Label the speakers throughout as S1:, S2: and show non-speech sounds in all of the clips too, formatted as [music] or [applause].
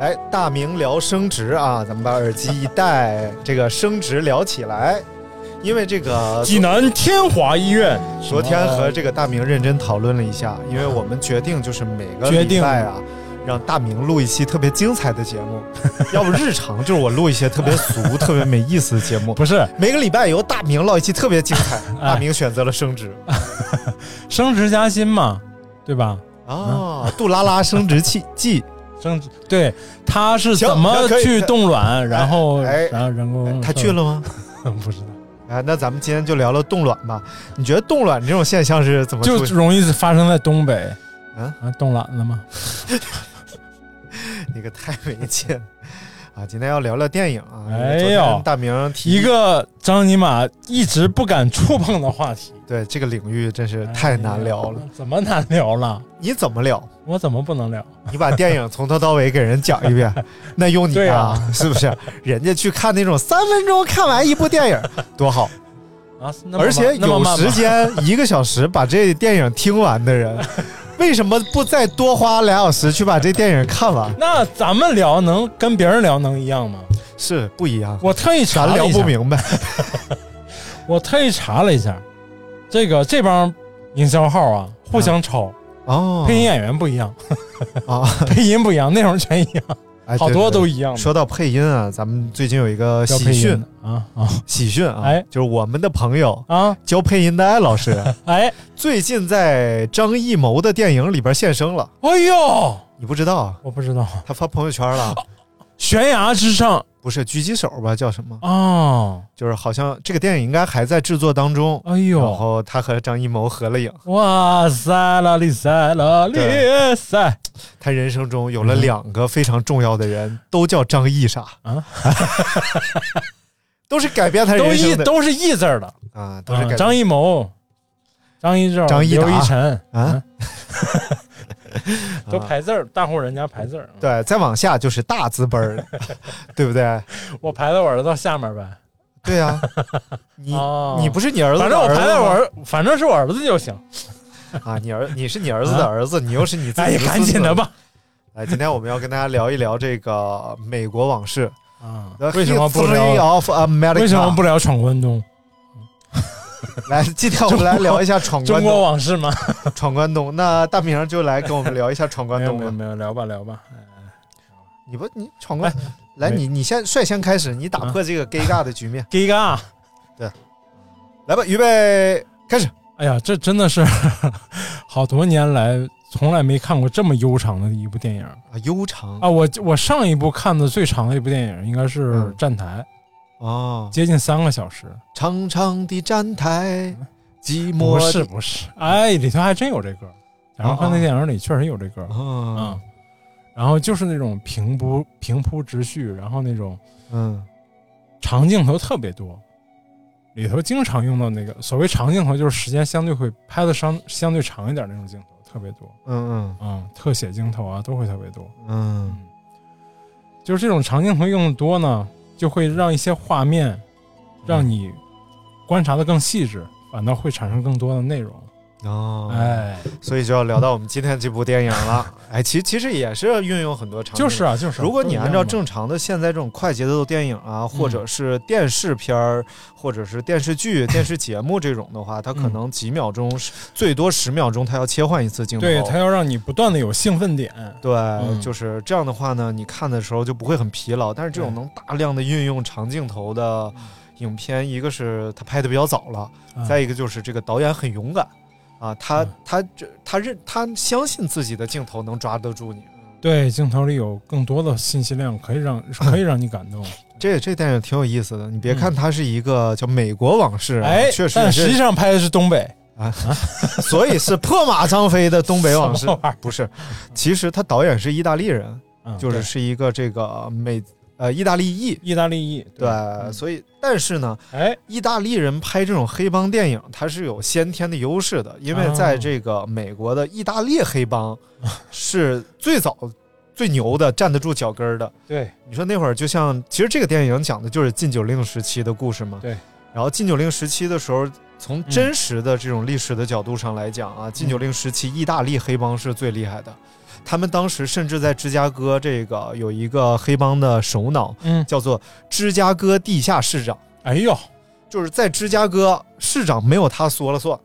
S1: 来，大明聊升职啊，咱们把耳机一戴，这个升职聊起来。因为这个
S2: 济南天华医院
S1: 昨天和这个大明认真讨论了一下，因为我们决定就是每个
S2: 决
S1: 礼
S2: 定
S1: 拜啊，让大明录一期特别精彩的节
S2: [laughs]
S1: 目，要不日常就是我录一些特别俗、特别没意思的节目。
S2: 不是啊
S1: 每个礼拜由大明唠一期特别精
S2: [laughs]
S1: 彩，大明选择了升职
S2: 升职加薪嘛，对吧？
S1: 啊，杜拉拉升职器记。
S2: 升职对，他是
S1: 行
S2: 怎么
S1: 可以
S2: 去冻卵，然后
S1: 哎
S2: 然后人工
S1: 他去了吗？
S2: [laughs] 不知道，
S1: 啊，那咱们今天就聊聊冻卵吧。你觉得冻卵这种现象是怎么
S2: 就
S1: 出现？
S2: 容易发生在东北
S1: 啊
S2: 啊，冻卵了吗？
S1: [laughs] 你可太没劲了啊！今天要聊聊电影啊。因为
S2: 哎
S1: 昨
S2: 呦
S1: 天大明提
S2: 一个张尼玛一直不敢触碰的话题，
S1: 对这个领域真是太难聊了
S2: 哎。呀，怎么难聊了？
S1: 你怎么聊？
S2: 我怎么不能聊？
S1: 你把电影从头到尾给人讲一
S2: [laughs]
S1: 遍，那用你
S2: 对
S1: 啊
S2: 啊，
S1: 是不
S2: [laughs]
S1: 是？人家去看那种三分钟看完一部电影，多好！
S2: 啊，那么
S1: 而且
S2: 慢那么
S1: 有
S2: 慢吗
S1: 时
S2: [laughs]
S1: 间一个小时把这电影听完的人，为什么不再多花俩小时去把这电影看完？
S2: 那咱们聊能跟别人聊能一样吗？
S1: 是不一样，
S2: 我特意查
S1: 咱
S2: 了
S1: 聊
S2: 一
S1: 不
S2: 下，
S1: 明白。
S2: 我特意查了一下，这个这帮营销号啊，互相抄，
S1: 哦，
S2: 配音演员不一样，
S1: 啊，
S2: [laughs] 配音不一样，内容全一样，
S1: 哎
S2: 好多都。一
S1: 对对
S2: 样。
S1: 说到配音啊，咱们最近有一个
S2: 叫
S1: 喜
S2: 配音
S1: 讯
S2: 的，啊啊
S1: 喜讯啊，
S2: 哎
S1: 就是我们的朋友
S2: 啊！
S1: 教配音的艾老师，
S2: [laughs] 哎
S1: 最近在张艺谋的电影里边现身了，
S2: 哎呦，
S1: 你不知道啊？
S2: 我不知道，
S1: 他发朋友圈了，
S2: 哦悬崖之上
S1: 不是狙击手吧？叫什么？
S2: 啊！
S1: 就是好像这个电影应该还在制作当中。
S2: 哎
S1: 然
S2: 呦，
S1: 后他和张艺谋合了影，
S2: 哇塞啦哩塞啦哩塞！
S1: 他人生中有
S2: 嗯
S1: 了两个非常重要的人，都叫张译啥
S2: 啊？
S1: [laughs]
S2: [laughs]
S1: 都是改变他
S2: 都
S1: 人
S2: 一
S1: 生的
S2: 都是一字儿的，
S1: 啊，都是改
S2: 啊
S1: 变
S2: 张艺谋、张一舟、
S1: 张一达
S2: 刘一晨
S1: 啊，
S2: [laughs] 都排字儿，大户人家排字儿。啊
S1: 对，再往下就是大字辈
S2: [laughs]
S1: 儿了，对不对？
S2: 我排到我儿子下面呗。
S1: 对
S2: [laughs]
S1: 呀、你、
S2: 哦
S1: 你不是你儿子的儿
S2: 反正我
S1: 子吗，
S2: 排在我儿，反正是我儿子就行。
S1: 啊，你儿你是你儿子的儿子，你又是你自己。
S2: 啊哎呀，赶紧的！吧！
S1: 哎，今天我们要跟大家聊一聊这个美国往事。
S2: 啊
S1: The
S2: 为什么不
S1: History
S2: 聊？啊
S1: of America？
S2: 为什么不聊闯关东？
S1: 来？今天我们来聊一下闯
S2: 中 [laughs]
S1: 关
S2: 国
S1: 东。
S2: 往事吗？
S1: 闯关东，那大明儿就来跟我们聊一下闯关
S2: 没有
S1: 东
S2: 没有
S1: 吧。
S2: 没有，聊吧聊吧。
S1: 你不，你闯关，
S2: 哎
S1: 来你你先率先开始，你打破
S2: 啊
S1: 这个尴尬的局面。
S2: 给嘎！
S1: 来吧，预备开始。
S2: 哎呀，这真的是好多年来从来没看过这么悠长的一部电影
S1: 啊，悠长
S2: 啊！我我上一部看的最长的一部电影应该是
S1: 嗯
S2: 《站台》，
S1: 哦，
S2: 接近三个小时。
S1: 长长的站台，寂寞
S2: 不
S1: 的
S2: 是不是，哎，里头还真有这歌。然后看
S1: 啊
S2: 那电影里确实有这歌，
S1: 嗯
S2: 嗯，然后就是那种平铺平铺直叙，然后那种
S1: 嗯
S2: 长镜头特别多，里头经常用到那个所谓长镜头，就是时间相对会拍的相相对长一点那种镜头特别多，
S1: 嗯
S2: 嗯，特写镜头啊都会特别多，
S1: 嗯嗯，
S2: 就是这种长镜头用的多呢，就会让一些画面让你观察的更细致，反倒会产生更多的内容，
S1: 哦，
S2: 哎，
S1: 所以就要聊到我们今天这部电影
S2: [laughs]
S1: 了。哎，其其实也是运用很多场景，
S2: 就是啊，就是啊。嗯
S1: 如果
S2: 都一
S1: 你
S2: 样
S1: 按照
S2: 的
S1: 正常的现在这种快节奏的电影啊，或者是电视片儿，或者是电视
S2: [laughs]
S1: 剧、电视节目这种的话，它
S2: 嗯
S1: 可能几秒钟，最多十秒钟，它要切换一次镜头。
S2: 对，它要让你不断的有兴奋点，
S1: 对
S2: 嗯
S1: 就是这样的话呢，你看的时候就不会很疲劳。但是这种
S2: 对嗯
S1: 能大量的运用长镜头的影片，一个是它拍的比较早了，
S2: 啊
S1: 再一个就是这个导演很勇敢啊，他
S2: 嗯
S1: 他这他认他相信自己的镜头能抓得住你。
S2: 对镜头里有更多的信息量，可以
S1: [laughs]
S2: 让可以让你感动。
S1: 这这电影挺有意思的，你别
S2: 嗯
S1: 看它是一个叫《美国往事》啊，
S2: 哎，
S1: 确实
S2: 但
S1: 也
S2: 实际
S1: 是，
S2: 上拍的是东北，
S1: 所以是破马张飞的东北往事
S2: 什么玩意儿，
S1: 不是，其实他导演是意大利人，
S2: 嗯
S1: 就是
S2: 对
S1: 是一个这个美呃意大利裔，
S2: 意大利裔。
S1: 对，
S2: 嗯
S1: 所以但是呢，
S2: 哎，
S1: 意大利人拍这种黑帮电影，它是有先天的优势的，因为在
S2: 哦
S1: 这个美国的意大利黑帮是最早最牛的，站得住脚跟儿的。
S2: 对，
S1: 你说那会儿就像，其实这个电影讲的就是禁酒令时期的故事嘛。
S2: 对。嗯
S1: 然后禁酒令时期的时候，从真实的这种历史的角度上来讲啊，禁酒令时期意大利黑帮是最厉害的。他们当时甚至在芝加哥这个有一个黑帮的首脑
S2: 嗯，
S1: 叫做芝加哥地下市长，
S2: 哎呦，
S1: 就是在芝加哥市长没有他说了算。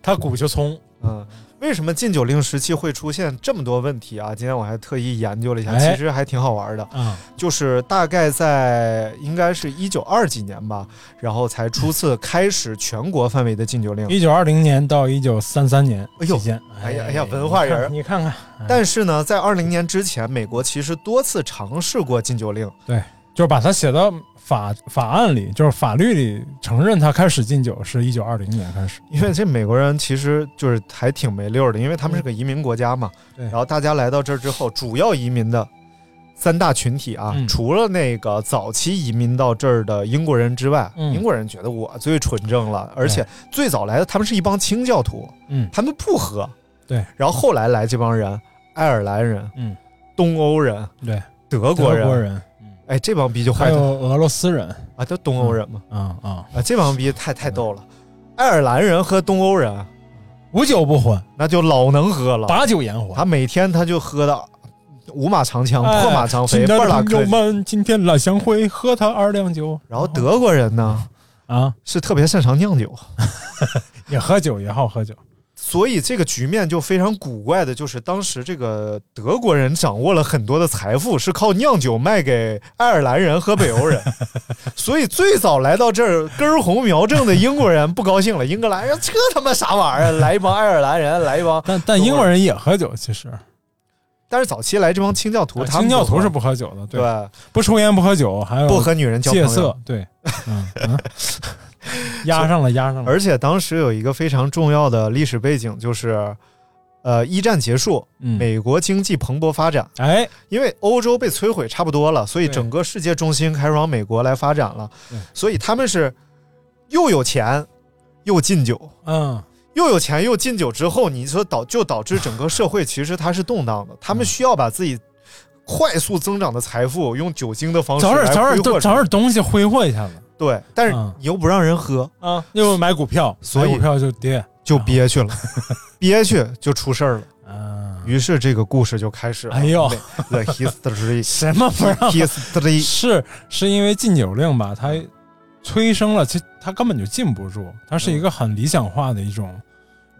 S2: 他鼓就葱，
S1: 嗯，为什么禁酒令时期会出现这么多问题啊？今天我还特意研究了一下，
S2: 哎
S1: 其实还挺好玩的。
S2: 啊，
S1: 就是大概在应该是一九二几年吧，然后才初次开始全国范围的禁酒令。
S2: 一九二零年到一九三三年
S1: 嗯哎呦
S2: 期间，
S1: 哎呀哎呀文化人儿
S2: 你看看，嗯
S1: 但是呢，在二零年之前，美国其实多次尝试过禁酒令。
S2: 就是把它写到法法案里，就是法律里承认他开始禁酒是一九二零年开始，
S1: 因为这美国人其实就是还挺没溜儿的，因为他们是个移民国家嘛。
S2: 对
S1: 然后大家来到这儿之后，主要移民的三大群体啊，
S2: 嗯
S1: 除了那个早期移民到这儿的英国人之外，
S2: 嗯
S1: 英国人觉得我最纯正了，而且最早来的他们是一帮清教徒，
S2: 嗯
S1: 他们不喝。
S2: 对。
S1: 然后后来来这帮人，爱尔兰人、
S2: 嗯，
S1: 东欧人、
S2: 对，
S1: 德
S2: 德
S1: 国人，
S2: 国人，
S1: 哎，这帮逼就坏
S2: 还有
S1: 了
S2: 俄罗斯人，
S1: 啊，都东欧人嘛，
S2: 啊啊，
S1: 啊，这帮逼太太逗了，爱尔兰人和东欧人。
S2: 无酒不欢，
S1: 那就老能喝了，
S2: 把酒言欢。
S1: 他每天他就喝的五马长枪、
S2: 哎
S1: 破马长
S2: 亲
S1: 飞，倍
S2: 爱
S1: 儿
S2: 的
S1: 拉
S2: 朋
S1: 客
S2: 友
S1: 气。
S2: 们，今天老乡会喝他二两酒。
S1: 然后德国人呢
S2: 啊，
S1: 是特别擅长酿酒，啊
S2: 也喝酒，也好喝酒。
S1: 所以这个局面就非常古怪的，就是当时这个德国人掌握了很多的财富，是靠酿酒卖给爱尔兰人和北欧人。 [laughs] 所以最早来到这儿根红苗正的英国人不高兴了，英格兰人这他妈啥玩意儿？啊来一帮爱尔兰人，来一帮……
S2: 但但
S1: 中国人
S2: 英国人也喝酒，其实
S1: 但是早期来这帮清教徒，他们
S2: 呃清教
S1: 不
S2: 徒
S1: 喝
S2: 是不喝酒的，
S1: 对，
S2: 不抽烟，不喝酒，还有
S1: 不和女人交朋
S2: 戒
S1: 友。
S2: 色，对，嗯
S1: [laughs]
S2: 嗯，压上了，压上了。
S1: 而且当时有一个非常重要的历史背景，就是，呃，一战结束，
S2: 嗯，
S1: 美国经济蓬勃发展，
S2: 哎，
S1: 因为欧洲被摧毁差不多了，所以
S2: 对
S1: 整个世界中心开始往美国来发展了
S2: 对。
S1: 所以他们是又有钱又禁酒，
S2: 嗯，
S1: 又有钱又禁酒之后，你说导就导致整个社会其实它是动荡
S2: 嗯
S1: 的，他们需要把自己。快速增长的财富，用酒精的方式
S2: 找点
S1: 来
S2: 找
S1: 挥
S2: 点
S1: 霍
S2: 东
S1: 出
S2: 找
S1: 来
S2: 点东西挥霍一下子
S1: 对，但是
S2: 嗯
S1: 你又不让人喝，
S2: 啊，又买股票，
S1: 所以
S2: 买股票就跌，
S1: 就憋屈
S2: [laughs]
S1: 了，憋屈就出事儿了。
S2: 嗯，
S1: 于是这个故事就开始了。
S2: 哎呦
S1: ，The History
S2: [laughs] 什么不让
S1: History，
S2: 是是因为禁酒令吧，它催生了，其实它根本就禁不住，它是一个很理想化的一种，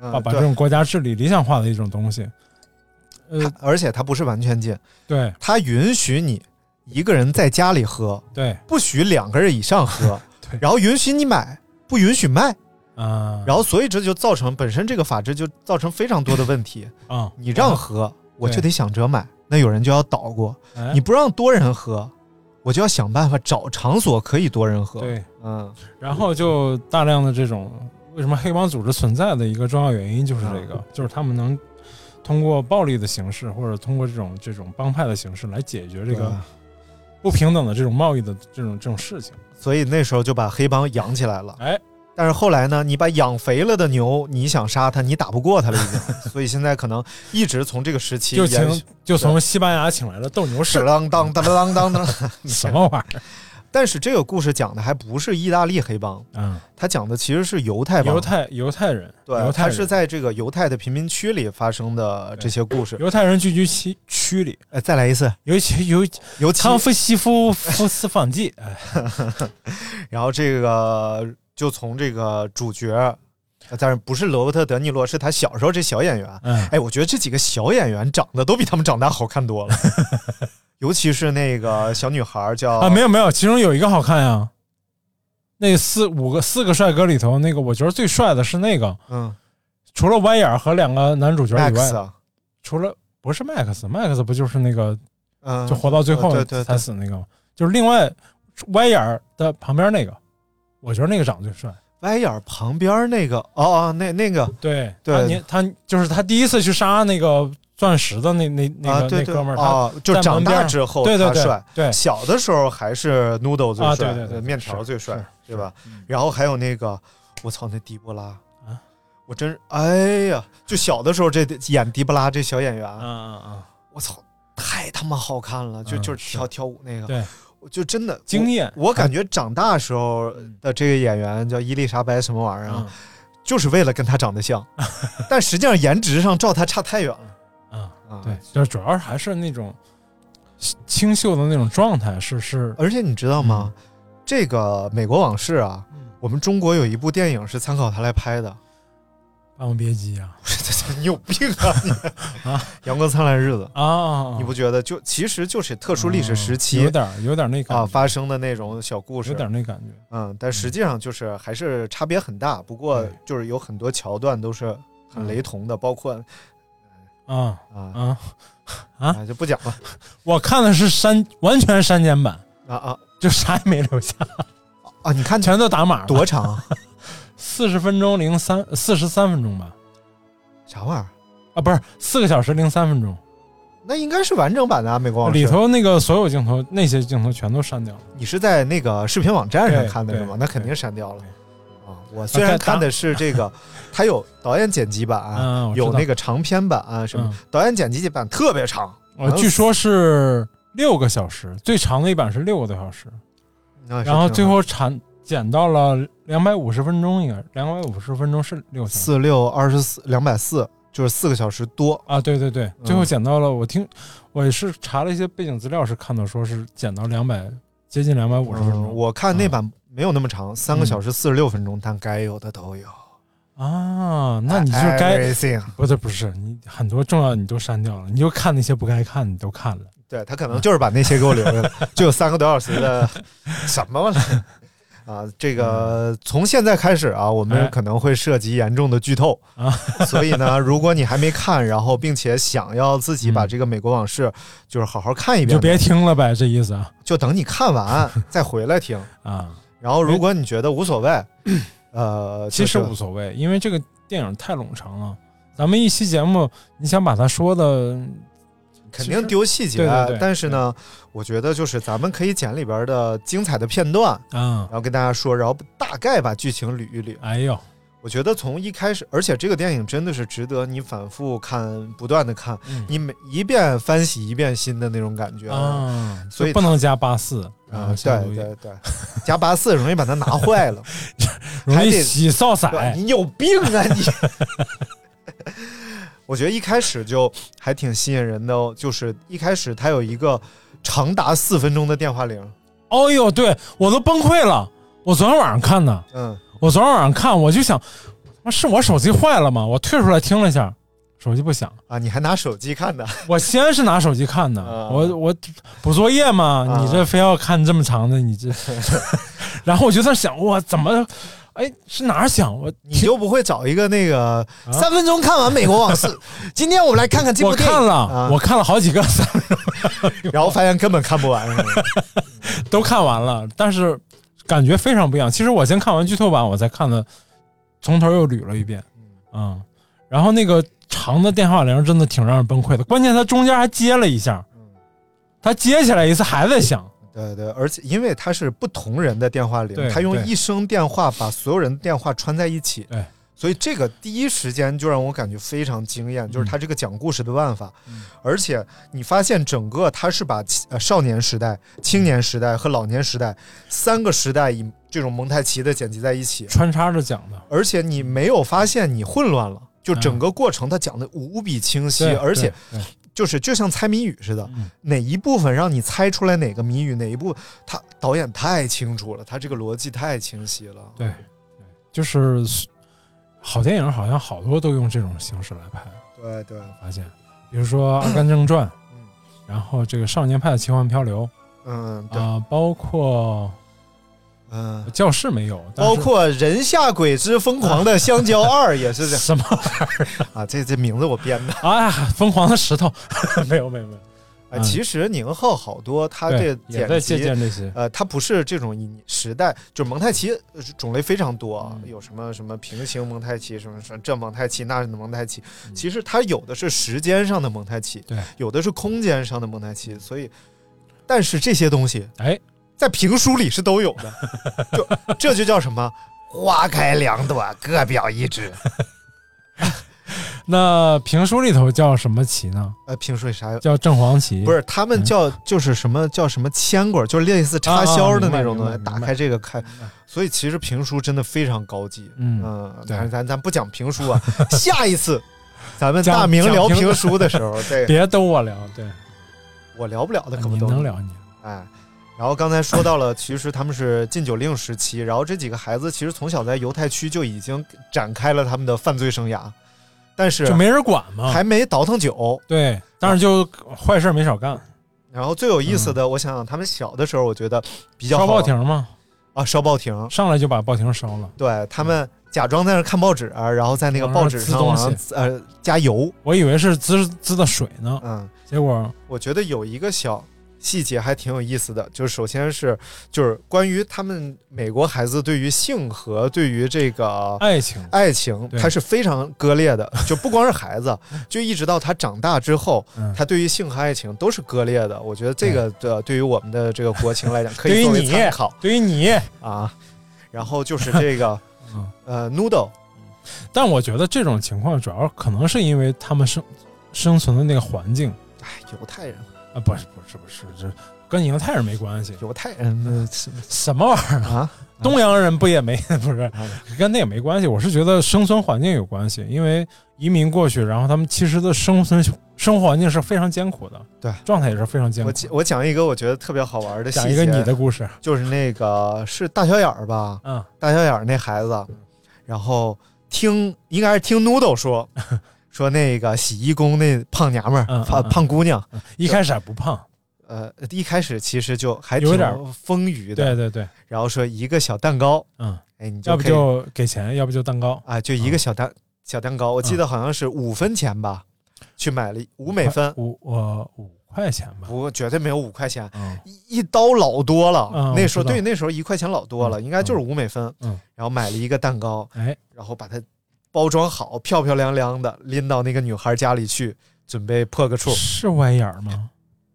S2: 把
S1: 嗯，
S2: 把这种
S1: 对，
S2: 国家治理理想化的一种东西。呃，
S1: 它而且它不是完全禁，
S2: 对
S1: 它允许你一个人在家里喝，
S2: 对，
S1: 不许两个人以上
S2: [laughs]
S1: 喝
S2: 对，
S1: 然后允许你买，不允许卖，
S2: 啊，
S1: 然后所以这就造成本身这个法制就造成非常多的问
S2: [laughs]
S1: 题。
S2: 后啊，
S1: 你让喝，我就
S2: 对
S1: 得想着买，那有人就要捣鼓；
S2: 哎
S1: 你不让多人喝，我就要想办法找场所可以多人喝。，
S2: 对，
S1: 嗯，
S2: 然后就大量的这种为什么黑帮组织存在的一个重要原因就是
S1: 啊
S2: 这个，就是他们能通过暴力的形式或者通过这种这种帮派的形式来解决这个
S1: 对啊
S2: 不平等的这种贸易的这种这种事情。
S1: 所以那时候就把黑帮养起来了。
S2: 哎，
S1: 但是后来呢，你把养肥了的牛，你想杀它，你打不过它了已
S2: [laughs]
S1: 经。所以现在可能一直从这个时期
S2: 就
S1: 延续
S2: 请就从西班牙请来了斗牛
S1: 是
S2: 士，
S1: 啷当当啷当当，
S2: 什么玩意儿？
S1: [laughs] 但是这个故事讲的还不是意大利黑帮，
S2: 嗯，
S1: 它讲的其实是犹太帮。
S2: 犹太犹太人，
S1: 对，
S2: 犹太
S1: 它
S2: 人
S1: 是在这个犹太的贫民区里发生的这些故事。
S2: 犹太人聚居区区里，
S1: 哎，再来一次，
S2: 尤其尤其
S1: 尤其
S2: 康夫西夫夫斯访记，哎
S1: 然后这个就从这个主角，呃当然不是罗伯特·德尼罗，是他小时候这小演员。
S2: 嗯
S1: 哎，我觉得这几个小演员长得都比他们长大好看多了，尤其是那个小女孩叫
S2: 啊，没有没有，其中有一个好看呀、那四五个四个帅哥里头，那个我觉得最帅的是那个，
S1: 嗯
S2: 除了歪眼儿和两个男主角以
S1: Max，
S2: 外，
S1: 啊
S2: 除了不是 Max，Max 不就是那个
S1: 嗯，
S2: 就活到最后
S1: 对对对
S2: 才死那个吗？就是另外歪眼儿的旁边那个，我觉得那个长得最帅。
S1: 歪眼儿旁边那个，哦哦，那那个
S2: 对
S1: 对
S2: 他年他就是他第一次去杀那个钻石的那那那个、
S1: 啊，对对
S2: 那哥们儿，他、
S1: 哦，就
S2: 在
S1: 长
S2: 门边
S1: 大
S2: 儿
S1: 之后
S2: 对对
S1: 他
S2: 对
S1: 帅，
S2: 对
S1: 小的时候还是 Noodle 最
S2: 啊
S1: 帅，
S2: 对对对
S1: 面条最帅
S2: 是，
S1: 对吧？然后还有那个，我操，那迪波拉
S2: 啊，
S1: 我真是哎呀，就小的时候这演迪波拉这小演员，
S2: 嗯嗯嗯，
S1: 我操，太他妈好看了，就
S2: 嗯
S1: 就是
S2: 是
S1: 跳跳舞那个，
S2: 对，
S1: 我就真的
S2: 惊艳
S1: 我。我感觉长大时候的这个演员叫伊丽莎白什么玩意儿啊，
S2: 嗯
S1: 就是为了跟她长得
S2: [laughs]
S1: 像，但实际上颜值上照她差太远了。
S2: 嗯，
S1: 啊
S2: 对，就是主要还是那种清秀的那种状态，是是，
S1: 而且你知道吗？
S2: 嗯
S1: 这个《美国往事》啊，我们中国有一部电影是参考他来拍的。 [laughs]
S2: 霸王别姬啊
S1: 你有病啊你！
S2: [laughs] 啊，
S1: 阳光灿烂日子，
S2: 啊，嗯
S1: 你不觉得就其实就是特殊历史时
S2: 有
S1: 期
S2: 点儿有点儿那感觉
S1: 啊发生的那种小故
S2: 有
S1: 事
S2: 点儿？那感觉，
S1: 嗯，但实际上就是还是差别很大。不过
S2: 对嗯
S1: 就是有很多桥段都是很雷同的，包括
S2: 啊
S1: 啊
S2: 啊！
S1: 啊就不讲了
S2: 我看的是删，完全删减版，
S1: 啊啊
S2: 就啥也没留 [laughs] 下，
S1: 啊！你看
S2: 全都打码了，
S1: 多长 [laughs] 啊？
S2: 四十分钟零三四十三分钟吧，
S1: 啥玩意儿？
S2: 啊，不是四个小时零三分钟，
S1: 那应该是完整版的啊《美国往事》
S2: 里头那个所有镜头那些镜头全都删掉了。
S1: 你是在那个视频网站上
S2: 对
S1: 看的是吗？
S2: 对
S1: 那肯定删掉了
S2: 对
S1: 啊！我虽然看的是这
S2: [laughs]
S1: 个，它有导演剪辑版啊，
S2: 嗯，我知道
S1: 有那个长篇版啊，什么
S2: 嗯
S1: 导演剪辑版特别长，
S2: 我据说是六个小时，最长的一版是六个多小时，
S1: 那是挺好的，
S2: 然后最后产减到了两百五十分钟，应该两百五十分钟是六个小时
S1: 四六二十四两百四，就是四个小时多。
S2: 啊，对对对，
S1: 嗯
S2: 最后减到了我听我也是查了一些背景资料，是看到说是减到两百接近两百五十分
S1: 嗯，
S2: 钟、嗯
S1: 我看那版没有那么长，三个小时四十六分钟，但该有的都有。
S2: 啊，那你就是该
S1: everything，
S2: 不是不是你很多重要的你都删掉了，你就看那些不该看你都看了，
S1: 对他可能就是把那些给我留下了，就有三个多小时的什么了。啊，这个从现在开始啊，我们
S2: 嗯哎
S1: 可能会涉及严重的剧透
S2: 啊，
S1: [laughs] 所以呢，如果你还没看，然后并且想要自己把这个《美国往事》就是好好看一
S2: 嗯
S1: 遍
S2: 你就
S1: 的，
S2: 别听了呗，这意思啊
S1: 就等你看
S2: [laughs]
S1: 完再回来听。
S2: 啊，
S1: 然后，如果你觉得无所谓，呃，
S2: 其实
S1: 就是
S2: 无所谓，因为这个电影太冗长了。咱们一期节目，你想把它说的，
S1: 肯
S2: 其
S1: 定
S2: 实
S1: 丢细节
S2: 对对对，
S1: 但是呢，我觉得就是咱们可以剪里边的精彩的片段，
S2: 啊
S1: 然，后跟大家说，然后大概把剧情捋一捋。
S2: 哎呦，
S1: 我觉得从一开始，而且这个电影真的是值得你反复看、不断的看，
S2: 嗯
S1: 你每一遍翻洗一遍新的那种感觉。
S2: 啊，
S1: 嗯所以
S2: 就不能加八四
S1: 啊，
S2: 下
S1: 对
S2: 路
S1: 对对，加八四容易把它拿坏了，
S2: [laughs] 容
S1: 还
S2: 易
S1: 得
S2: 洗少
S1: 对吧
S2: 色。哎
S1: 你有病啊你！ [laughs] 我觉得一开始就还挺吸引人的哦，就是一开始它有一个长达四分钟的电话铃，
S2: 哦呦，对我都崩溃了。我昨天晚上看的，
S1: 嗯，
S2: 我昨天晚上看，我就想，他妈是我手机坏了吗？我退出来听了一下，手机不响。
S1: 啊，你还拿手机看的，
S2: 我先是拿手机看的，
S1: 啊
S2: 我我补作业嘛，
S1: 啊
S2: 你这非要看这么长的，
S1: [laughs]
S2: 你这，然后我就在想，我怎么，哎，是哪儿响？我
S1: 你就不会找一个那个
S2: 啊
S1: 三分钟看完《美国往
S2: [laughs]
S1: 事》今天我们来看看这
S2: 我
S1: 部电影，
S2: 看了，
S1: 啊
S2: 我看了好几个， [laughs] 三
S1: 然后发现根本看不完， [laughs] 是吗
S2: 都看完了，但是感觉非常不一样。其实我先看完剧透版，我再看的，从头又捋了一遍，嗯，然后那个长的电话铃真的挺让人崩溃的，关键它中间还接了一下，
S1: 嗯
S2: 它接起来一次还在响，
S1: 对对，而且因为它是不同人的电话铃
S2: 对，
S1: 它用
S2: 对
S1: 一声电话把所有人的电话串在一起，
S2: 对，
S1: 所以这个第一时间就让我感觉非常惊艳，
S2: 嗯
S1: 就是他这个讲故事的办法，而且你发现整个他是把青呃少年时代、青年时代和老年时代三个时代以这种蒙太奇的剪辑在一起，
S2: 穿插着讲的，
S1: 而且你没有发现你混乱了，就整个过程他讲的无比清晰，
S2: 嗯对嗯
S1: 而且
S2: 对对
S1: 就是就像猜谜语似的，哪一部分让你猜出来哪个谜语，哪一部分他导演太清楚了，他这个逻辑太清晰了。
S2: 对，对就是好电影好像好多都用这种形式来拍，
S1: 对对，
S2: 发现，比如说《阿甘正传》
S1: 嗯，
S2: 然后这个《少年派的奇幻漂流》
S1: 嗯对，
S2: 啊、包括
S1: 嗯，
S2: 教室没有，但
S1: 包
S2: 是
S1: 括《人下鬼之疯狂的香蕉二》也是这样
S2: 什么 [laughs]
S1: 啊，这这名字我编的。
S2: 啊，疯狂的石头， [laughs] 没有没有没有，
S1: 哎，
S2: 嗯
S1: 其实宁浩好多他这啊
S2: 对，也
S1: 剪
S2: 在借
S1: 辑
S2: 鉴这些，
S1: 呃，它不是这种以时代，就是蒙太奇呃种类非常多，啊，
S2: 嗯
S1: 有什么什么平行蒙太奇，什么什么这蒙太奇那蒙太奇，其实它有的是时间上的蒙太奇，
S2: 嗯对
S1: 有的是空间上的蒙太奇，所以，但是这些东西
S2: 哎，
S1: 在评书里是都有的，就这就叫什么？花开两朵，各表一枝。
S2: 那评书里头叫什么棋呢？
S1: 呃，评书里啥？
S2: 叫正黄旗，
S1: 不是，他
S2: 嗯
S1: 们叫就是什么叫什么牵管，就是类似插
S2: 啊
S1: 销的
S2: 明白
S1: 那种
S2: 明
S1: 东
S2: 白
S1: 西。打
S2: 明白
S1: 开这个看
S2: 白，
S1: 所以其实评书真的非常高级。
S2: 嗯对
S1: 咱咱咱不讲评书啊，下一
S2: [laughs]
S1: 次咱们
S2: 讲
S1: 大明
S2: 讲
S1: 聊
S2: 评
S1: 评书的时
S2: [laughs]
S1: 候，对，
S2: 别都我聊，对，
S1: 我聊不了的可不
S2: 你
S1: 都
S2: 能聊你，
S1: 哎。然后刚才说到了，其实他们是禁酒令时期，然后这几个孩子其实从小在犹太区就已经展开了他们的犯罪生涯，但是
S2: 就没啊人管嘛，
S1: 还没倒腾酒，
S2: 对，但是就坏事没少干，
S1: 然后最有意思的，我想想，他们小的时候，我觉得比较好
S2: 嗯烧报亭嘛，
S1: 啊，烧报亭，
S2: 上来就把报亭烧了。
S1: 对他们假装在那看报纸，啊然后在那个报纸上往
S2: 往上
S1: 上呃加油，
S2: 我以为是滋滋的水呢，
S1: 嗯，
S2: 结果
S1: 我觉得有一个小细节还挺有意思的，就是首先是就是关于他们美国孩子对于性和对于这个
S2: 爱情
S1: 爱情，
S2: 哎对
S1: 它是非常割裂
S2: [laughs]
S1: 的，就不光是孩子，就一直到他长大之后
S2: 嗯，哎
S1: 他对于性和爱情都是割裂的。我觉得这个的对于我们的这个国情
S2: [laughs]
S1: 来讲，可以
S2: 对于
S1: 作为
S2: 你
S1: 参考
S2: 对于你，
S1: 啊。然后就是这
S2: [laughs]
S1: 个
S2: 嗯
S1: 呃 noodle，
S2: 但我觉得这种情况主要可能是因为他们生生存的那个环境
S1: 哎，犹太人，
S2: 啊，不是不是不是，这跟犹太人没关系，
S1: 犹太
S2: [laughs]
S1: 人呃是
S2: 什么玩意儿啊？
S1: 啊，
S2: 东洋人不也没 [laughs] 不是
S1: 啊
S2: 跟那也没关系？我是觉得生存环境有关系，因为移民过去，然后他们其实的生存生活环境是非常艰苦的，
S1: 对
S2: 状态也是非常艰苦
S1: 我。讲我讲一个我觉得特别好玩的细
S2: 讲
S1: 节，
S2: 一个你的故事，
S1: 就是那个是大小眼儿吧，
S2: 嗯，
S1: 大小眼儿那孩子，然后听应该是听 Noodle
S2: [laughs]
S1: 说说那个洗衣工那胖娘们
S2: 嗯
S1: 儿
S2: 嗯
S1: 胖
S2: 嗯
S1: 胖姑娘，
S2: 一开始还不胖，
S1: 呃，一开始其实就还
S2: 有
S1: 挺
S2: 点儿
S1: 丰腴
S2: 对
S1: 的，
S2: 对对，
S1: 然后说一个小蛋糕，
S2: 嗯，
S1: 哎，你
S2: 要不
S1: 可以
S2: 就给钱，要不就蛋糕，
S1: 啊，就一个小蛋小蛋糕，我
S2: 嗯
S1: 记得好像是五分钱吧，去买了五美分，
S2: 五我五块钱吧，
S1: 不绝对没有五块钱，
S2: 嗯，
S1: 一一刀老多了，
S2: 嗯
S1: 那时候
S2: 我知道
S1: 对那时候一块钱老多了，
S2: 嗯
S1: 应该就是五美分。
S2: 嗯
S1: 然后买了一个蛋糕，
S2: 哎，
S1: 然后把它包装好，漂漂亮亮的拎到那个女孩家里去，准备破个处。
S2: 是歪眼儿吗？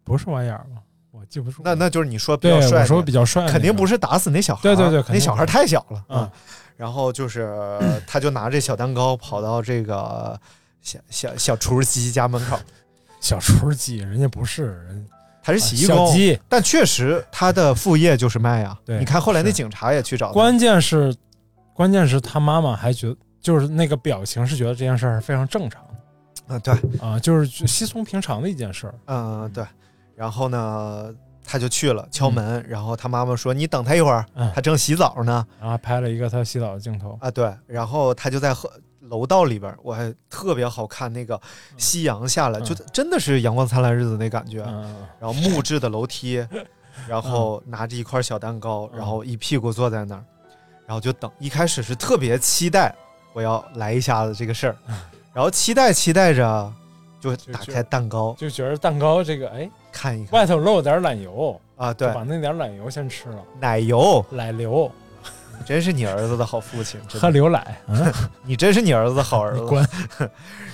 S2: 不是歪眼儿吗？我记不住。
S1: 那那就是你说比
S2: 对
S1: 较帅
S2: 我
S1: 的，
S2: 说比较帅那个，
S1: 肯定不是打死那小孩儿，
S2: 对对对肯定
S1: 那小孩儿太小了
S2: 嗯
S1: 嗯然后就是呃他就拿着小蛋糕跑到这个小小小厨师机家门口，
S2: 小厨机，人家不是人
S1: 他是
S2: 啊
S1: 洗衣
S2: 小
S1: 工，
S2: 鸡。
S1: 但确实他的副业就是卖啊。
S2: 对
S1: 你看后来那
S2: 是
S1: 警察也去找他，
S2: 关键是，关键是他妈妈还觉得，就是那个表情是觉得这件事儿是非常正常的
S1: 嗯对。
S2: 啊，就是稀松平常的一件事儿。
S1: 嗯，对。然后呢，他就去了敲门，然后他妈妈说：“你等他一会儿，
S2: 嗯
S1: 他正洗澡呢。
S2: 然后拍了一个他洗澡的镜头”，
S1: 啊，对。然后他就在和楼道里边儿，我还特别好看那个夕阳下来，就真的是阳光灿烂日子那感觉。
S2: 嗯，
S1: 然后木质的楼
S2: [laughs]
S1: 梯，然后拿着一块小蛋糕，然
S2: 嗯
S1: 后一屁股坐在那儿，然后就等。一开始是特别期待我要来一下子这个事儿，然后期待期待着，就
S2: 嗯就
S1: 打
S2: 就
S1: 开蛋糕
S2: 就觉得蛋糕这个，哎，
S1: 看一看
S2: 外头漏点儿奶油，
S1: 啊，
S2: 就
S1: 对，
S2: 把那点儿奶油先吃了，
S1: 奶油。
S2: 奶流
S1: 真是你儿子的好父亲，真
S2: 喝
S1: 的，
S2: 牛奶，嗯，
S1: 你真是你儿子的好儿
S2: [laughs] 你
S1: 子。
S2: 滚，
S1: [laughs]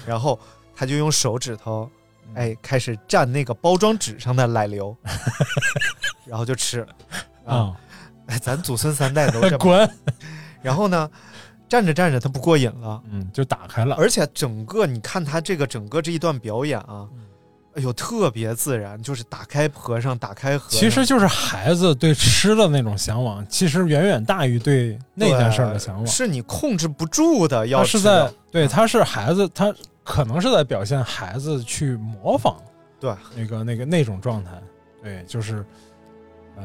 S1: 然后他就用手指头，
S2: 嗯
S1: 哎，开始蘸那个包装纸上的奶
S2: [laughs]
S1: 流，然后就吃。
S2: 啊， [laughs]
S1: 哎，咱祖孙三代都这么。
S2: 滚，
S1: 然后呢，站着站着他不过瘾了，
S2: 嗯，就打开了，
S1: 而且整个你看他这个整个这一段表演啊，
S2: 嗯
S1: 哎呦特别自然，就是打开和尚，打开和尚，
S2: 其实就是孩子对吃的那种向往，其实远远大于对那件事儿的
S1: 对
S2: 向往。
S1: 是你控制不住的，要嗯
S2: 他是
S1: 知道
S2: 在对，他是孩子，他可能是在表现孩子去模仿
S1: 对
S2: 那个那个那种状态。对，就是呃，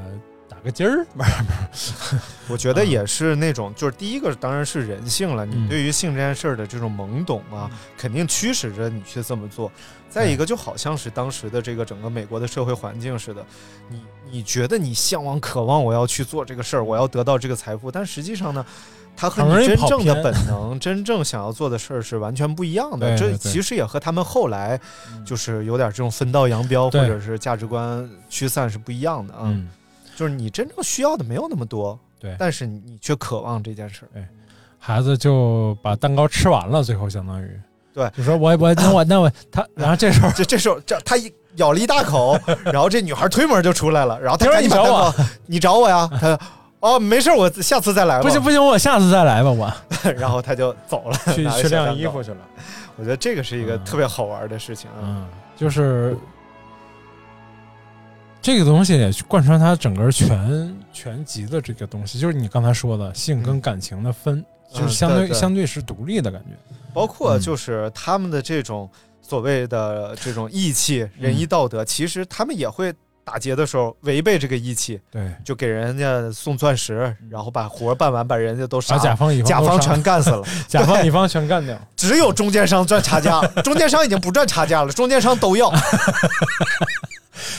S2: 打个结儿，不是不是，
S1: 我觉得
S2: 嗯
S1: 也是那种，就是第一个当然是人性了，你
S2: 嗯
S1: 对于性这件事儿的这种懵懂啊，肯定驱使着你去这么做。再一个，就好像是当时的这个整个美国的社会环境似的，你你觉得你向往、渴望，我要去做这个事儿，我要得到这个财富，但实际上呢，它和
S2: 很容
S1: 你
S2: 易
S1: 真
S2: 跑
S1: 正的
S2: 偏
S1: 本能、真正想要做的事儿是完全不一样的。
S2: 对
S1: 这
S2: 对对
S1: 其实也和他们后来就是有点这种分道扬镳，或
S2: 对
S1: 者是价值观驱散是不一样的啊。
S2: 嗯，
S1: 就是你真正需要的没有那么多，
S2: 对
S1: 但是你却渴望这件事儿。
S2: [laughs] 孩子就把蛋糕吃完了，最后相当于
S1: 对
S2: 就说我我那我那我他，然后这
S1: [laughs]
S2: 时候
S1: 这这时候，这他一咬了一大
S2: [laughs]
S1: 口，然后这女孩推门就出来了，然后他
S2: 妞儿
S1: 赶紧
S2: 你
S1: 把
S2: 找
S1: 蛋
S2: 我
S1: 糕，你找我呀？他哦，没事儿，我下次再来吧。
S2: 不行不行，我下次再来吧，我
S1: 行，然后他就走了，[laughs]
S2: 去
S1: 拿着
S2: 去
S1: 小
S2: 晾
S1: 蛋
S2: 衣
S1: 糕
S2: 服。去了。
S1: 我觉得这个是一个
S2: 嗯
S1: 特别好玩的事情啊。
S2: 嗯，就是这个东西也贯穿他整个全全集的这个东西，就是你刚才说的性跟感情的分，
S1: 嗯
S2: 就是相对、
S1: 对对
S2: 相对是独立的感觉。
S1: 包括就是他们的这种所谓的这种义气、仁义道
S2: 嗯
S1: 德，其实他们也会打劫的时候违背这个义气，
S2: 对，
S1: 就给人家送钻石，
S2: 嗯
S1: 然后把活儿办完，把人家都杀了。
S2: 把甲方乙
S1: 甲
S2: 方
S1: 方
S2: 都杀
S1: 全干死了，
S2: 甲方乙方全干掉。
S1: [laughs] 只有中间商赚差 [laughs] 价，中间商已经不赚差价了，中间商都要
S2: [laughs]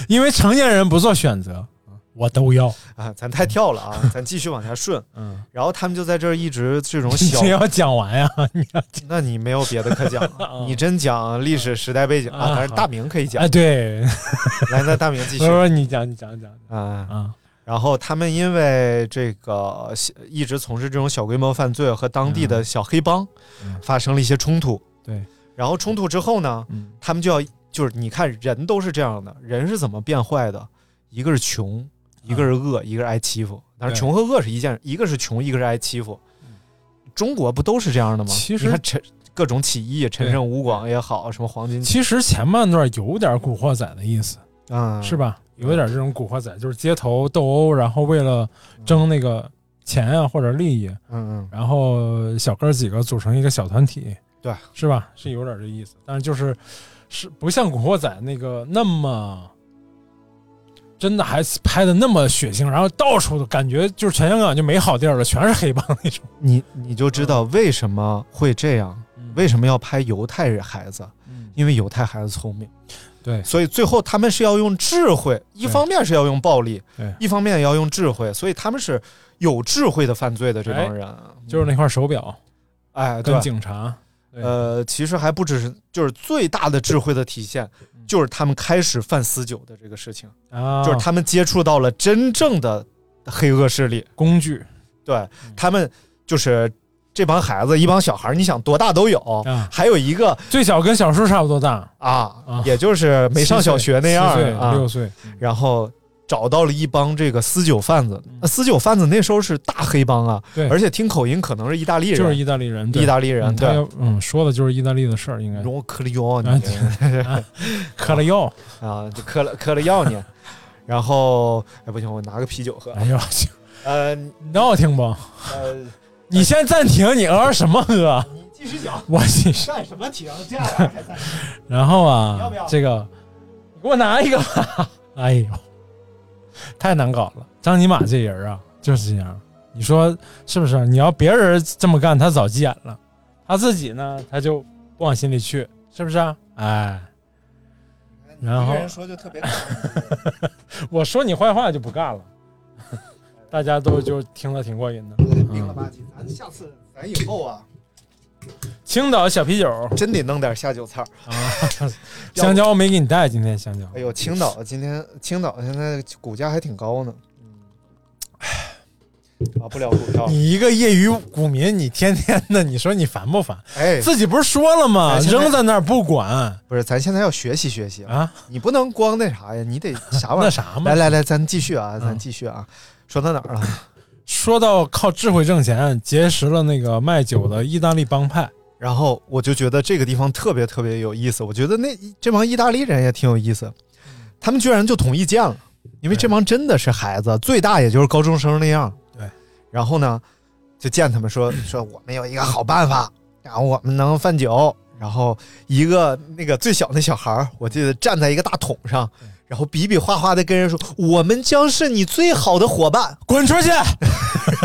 S2: 因为成年人不做选择，我都要。
S1: [laughs] 啊！咱太跳了啊，咱继续往下顺。
S2: [laughs] 嗯，
S1: 然后他们就在这儿一直这种
S2: 你
S1: 小
S2: 这，要讲完呀，你要讲
S1: 那你没有别的可讲了， [laughs] 你真讲历史时代背景啊，
S2: [laughs] 啊
S1: 当然大明可以讲
S2: 哎，。对，
S1: 来，那大明继 [laughs]
S2: 不
S1: 续
S2: 是不是你讲你讲你讲
S1: 啊。
S2: 啊，
S1: 然后他们因为这个小一直从事这种小规模犯罪和当地的小黑帮
S2: 嗯
S1: 发生了一些冲突，
S2: 对，
S1: 然后冲突之后呢，
S2: 嗯
S1: 他们就要就是你看人都是这样的，人是怎么变坏的？一个是穷，一个是恶，一个是挨欺负。但是
S2: 嗯对
S1: 穷和恶是一件，一个是穷，一个是挨欺负。中国不都是这样的吗？
S2: 其实
S1: 你看陈各种起义，陈
S2: 对
S1: 胜吴广也好，什么黄巾起
S2: 其实前半段有点《古惑仔》的意思。
S1: 啊，
S2: 是？吧？有一点这种古惑仔，就是街头斗殴，然后为了争那个钱啊或者利益，
S1: 嗯嗯，
S2: 然后小哥几个组成一个小团体，
S1: 对，
S2: 是吧？是有点这意思，但是就是是不像古惑仔那个那么。真的还拍的那么血腥，然后到处都感觉就是全香港就没好地儿了，全是黑帮那种。
S1: 你你就知
S2: 嗯
S1: 道为什么会这样，为什么要拍犹太人孩子？
S2: 嗯
S1: 因为犹太孩子聪明，
S2: 对
S1: 所以最后他们是要用智慧，一方面是要用暴力，
S2: 对，
S1: 一方面也要用智慧，所以他们是有智慧的犯罪的这帮人，
S2: 哎就是那块手表
S1: 哎，对
S2: 跟，警察，对
S1: 呃，其实还不只是，就是最大的智慧的体现，就是他们开始犯私酒的这个事情，
S2: 嗯啊，
S1: 就是他们接触到了真正的黑恶势力，
S2: 工具
S1: 对
S2: 嗯
S1: 他们就是这帮孩子，一帮小孩儿，你想多大都有，
S2: 啊
S1: 还有一个
S2: 最小跟小叔差不多大，
S1: 啊，
S2: 啊
S1: 也就是没上小学那样
S2: 七岁
S1: 儿啊，
S2: 六岁，
S1: 然后找到了一帮这个私酒贩子。那私酒贩子那时候是大黑帮啊，
S2: 对
S1: 而且听口音可能是意大利人，
S2: 就是意大利人，对
S1: 意大利人，
S2: 嗯他
S1: 对。
S2: 要嗯说的就是意大利的事儿，应该
S1: 容克里奥
S2: 啊
S1: 尼
S2: 嗑了药，
S1: [laughs] 啊，就嗑了嗑了药 [laughs] 呢，然后哎不行，我拿个啤酒喝。
S2: 哎呦，
S1: 呃
S2: 闹挺不？
S1: 呃，
S2: 你先暂停，你呃什么
S1: [laughs]
S2: 呃？
S1: 你继续讲，
S2: 我去，
S1: 干什么停？这样啊还在
S2: 然后
S1: 要不要
S2: 啊，这个你给我拿一个吧，
S1: [laughs]
S2: 哎呦，太难搞了，张尼玛这人啊就是这样，你说是不是？你要别人这么干，他早急眼了，他自己呢，他就不往心里去，是不是啊？哎，然后
S1: 说就特别
S2: 我说你坏话就
S1: [laughs]
S2: 不干了，大家都就听得挺过瘾的。
S1: 病了吧唧。咱下次咱以后啊，
S2: 青岛小啤酒，
S1: 真得弄点下酒菜儿。 [laughs]
S2: 香蕉没给你带，今天香蕉。
S1: 啊哎呦，青岛今天青岛现在股价还挺高呢。啊，不聊股票了。
S2: 你一个业余股民，你天天的，你说你烦不烦？
S1: 哎，
S2: 自己不是说了吗？
S1: 哎现在
S2: 扔在那儿不管
S1: 不是，咱现在要学习学习啊！
S2: 啊，
S1: 你不能光那啥呀，你得啥玩意
S2: [laughs] 那
S1: 儿？
S2: 啥嘛
S1: 来。来来，咱继续啊，咱
S2: 嗯
S1: 继续啊。说到哪儿了？
S2: 说到靠智慧挣钱，结识了那个卖酒的意大利帮派。
S1: 然后我就觉得这个地方特别特别有意思，我觉得那这帮意大利人也挺有意思，他们居然就统一见了，因为这帮真的是孩子，最大也就是高中生那样。
S2: 对，
S1: 然后呢，就见他们说 [coughs] 说我们有一个好办法，然后我们能贩酒，然后一个那个最小那小孩儿，我记得站在一个大桶上，然后比比划划的跟人说我们将是你最好的伙伴，
S2: 滚出去！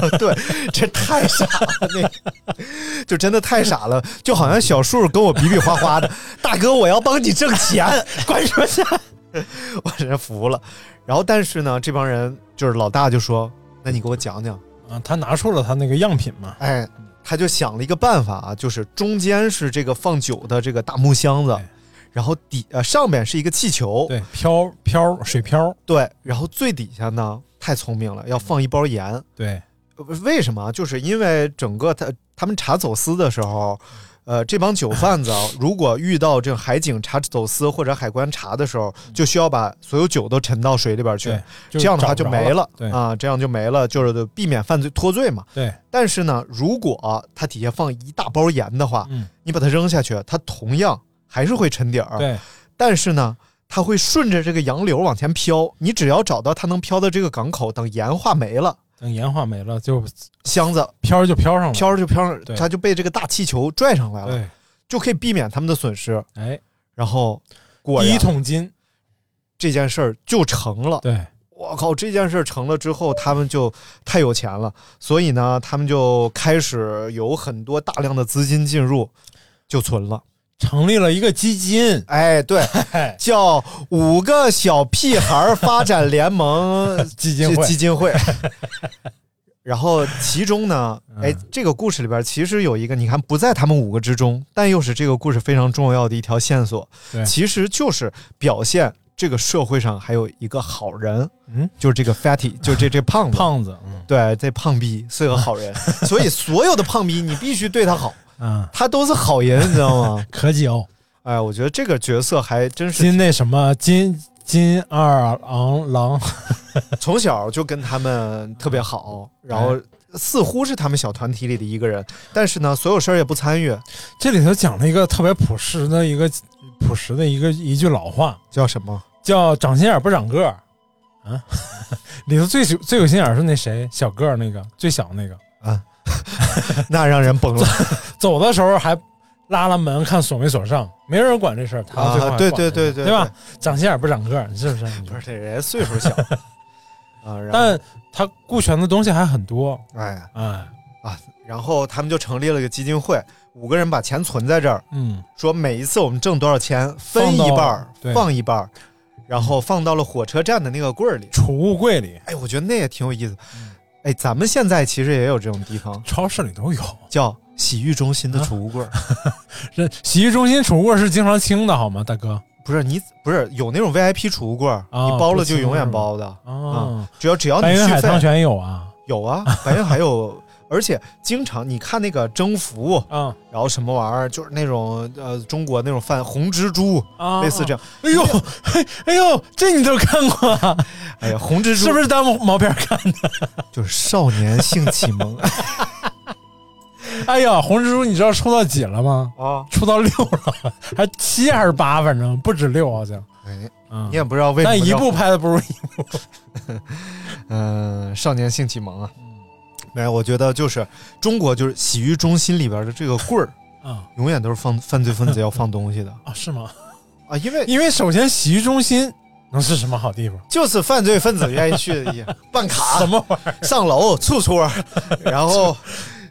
S1: [laughs] 对，这太傻了，那个就真的太傻了，就好像小树跟我比比划划的，大哥，我要帮你挣钱，管什么钱？ [laughs] 我真是服了。然后，但是呢，这帮人就是老大就说：“那你给我讲讲。
S2: 啊，他拿出了他那个样品嘛”，
S1: 哎，他就想了一个办法啊，就是中间是这个放酒的这个大木箱子
S2: 对，
S1: 然后底呃上面是一个气球，
S2: 对，漂漂水漂，
S1: 对，然后最底下呢太聪明了，要放一包盐。
S2: 对，
S1: 呃为什么？啊就是因为整个他他们查走私的时候，呃，这帮酒贩子啊如果遇到这种海警查走私或者海关查的时候，就需要把所有酒都沉到水里边去
S2: 对，
S1: 这样的话
S2: 找
S1: 就
S2: 不着
S1: 没了
S2: 对
S1: 啊，这样就没了，就是避免犯罪脱罪嘛。
S2: 对，
S1: 但是呢，如果啊它底下放一大包盐的话，
S2: 嗯，
S1: 你把它扔下去，它同样还是会沉底儿。
S2: 对，
S1: 但是呢，它会顺着这个洋流往前飘，你只要找到它能飘的这个港口，等盐化没了，
S2: 等盐化没了就
S1: 箱子
S2: 漂就漂上了，
S1: 飘着就飘上，
S2: 嗯对
S1: 它就被这个大气球拽上来了，
S2: 对，
S1: 就可以避免他们的损失。
S2: 哎，
S1: 然后果
S2: 第一
S1: 然
S2: 桶金，
S1: 这件事儿就成了。
S2: 对，
S1: 我靠，这件事儿成了之后，他们就太有钱了，所以呢，他们就开始有很多大量的资金进入，就存
S2: [laughs]
S1: 了。
S2: 成立了一个基金，
S1: 哎，对，
S2: [laughs] 哎，
S1: 叫五个小屁孩儿发展联盟
S2: 基金
S1: 这
S2: 会
S1: 基金
S2: [laughs]
S1: 会。然后其中呢，哎
S2: 嗯，
S1: 这个故事里边其实有一个，你看不在他们五个之中，但又是这个故事非常重要的一条线索
S2: 对，
S1: 其实就是表现这个社会上还有一个好人，
S2: 嗯，
S1: 就是这个
S2: [laughs]
S1: fatty，就这这胖子，
S2: 胖子，嗯
S1: 对，这胖逼是个
S2: [laughs]
S1: 好人，所以所有的胖逼你必须对他好，
S2: 啊，
S1: 他都是好人，你知道吗？
S2: 可以哦，
S1: 哎，我觉得这个角色还真是
S2: 金那什么金金二郎郎， [laughs]
S1: 从小就跟他们特别好，然后似乎是他们小团体里的一个人，但是呢，所有事儿也不参与，
S2: 这里头讲了一个特别朴实的一个朴实的一个一句老话，
S1: 叫什么？
S2: 叫长心眼儿不长个儿啊。 [laughs] 里头最有最有心眼儿是那谁小个儿那个最小那个，
S1: [laughs] 那让人崩了
S2: 走的时候还拉拉门看锁没锁上，没人管这事儿，他最后
S1: 啊！
S2: 还
S1: 对
S2: 管
S1: 对对
S2: 对
S1: 对，
S2: 吧？？长心眼儿不长个儿，你是不是？
S1: [laughs] 不是，这人岁数小 [laughs] 啊，然后
S2: 但他顾全的东西还很多，
S1: 哎，
S2: 哎，
S1: 然后他们就成立了个基金会，五个人把钱存在这儿，
S2: 嗯，
S1: 说每一次我们挣多少钱，分
S2: 放
S1: 一
S2: 到
S1: 半儿
S2: 对
S1: 放一半儿，然后放到了火车站的那个柜儿里。
S2: 储物柜里、
S1: 哎，我觉得那也挺有意思。哎，咱们现在其实也有这种地方，
S2: 超市里都 [laughs] 有。
S1: 叫洗浴中心的储物柜儿。
S2: 这洗浴中心储物柜是经常清的好吗，大哥？
S1: 不是你不是有那种 VIP 储物柜儿，
S2: 啊
S1: 你包了就
S2: 不清
S1: 永
S2: 是
S1: 远
S2: 吗
S1: 包的，
S2: 哦，
S1: 只要只要你
S2: 白云海
S1: 续
S2: 汤
S1: 费
S2: 泉也有啊，
S1: 有啊，白云还有，而且经常你看那个征服，
S2: 啊
S1: 然后什么玩意儿，就是那种呃中国那种饭红蜘蛛，
S2: 啊，
S1: 类似这
S2: 样。
S1: 样，
S2: 哎呦，嘿，哎呦，这你都看过啊？
S1: 哎呀，红蜘蛛
S2: [laughs] 是不是当毛片看的？
S1: 就是少年性启蒙
S2: 哎呀，红蜘蛛，你知道出到几了吗？
S1: 啊？
S2: 出到六了， [laughs] 还七还是八，反正不止六好像。
S1: 哎，
S2: 嗯
S1: 你，也不知道为什么
S2: 但一
S1: 叫
S2: 部拍的不如一
S1: 嗯、少年性启蒙啊。没有，我觉得就是中国就是洗浴中心里边的这个柜儿，
S2: 啊
S1: 永远都是放犯罪分子要放东西的
S2: 啊是吗？
S1: 啊，因为
S2: 因为首先洗浴中心能是什么好地方？
S1: 就是犯罪分子愿意去
S2: [laughs]
S1: 的地方，办卡
S2: 什么玩意儿？
S1: 上楼处处，然后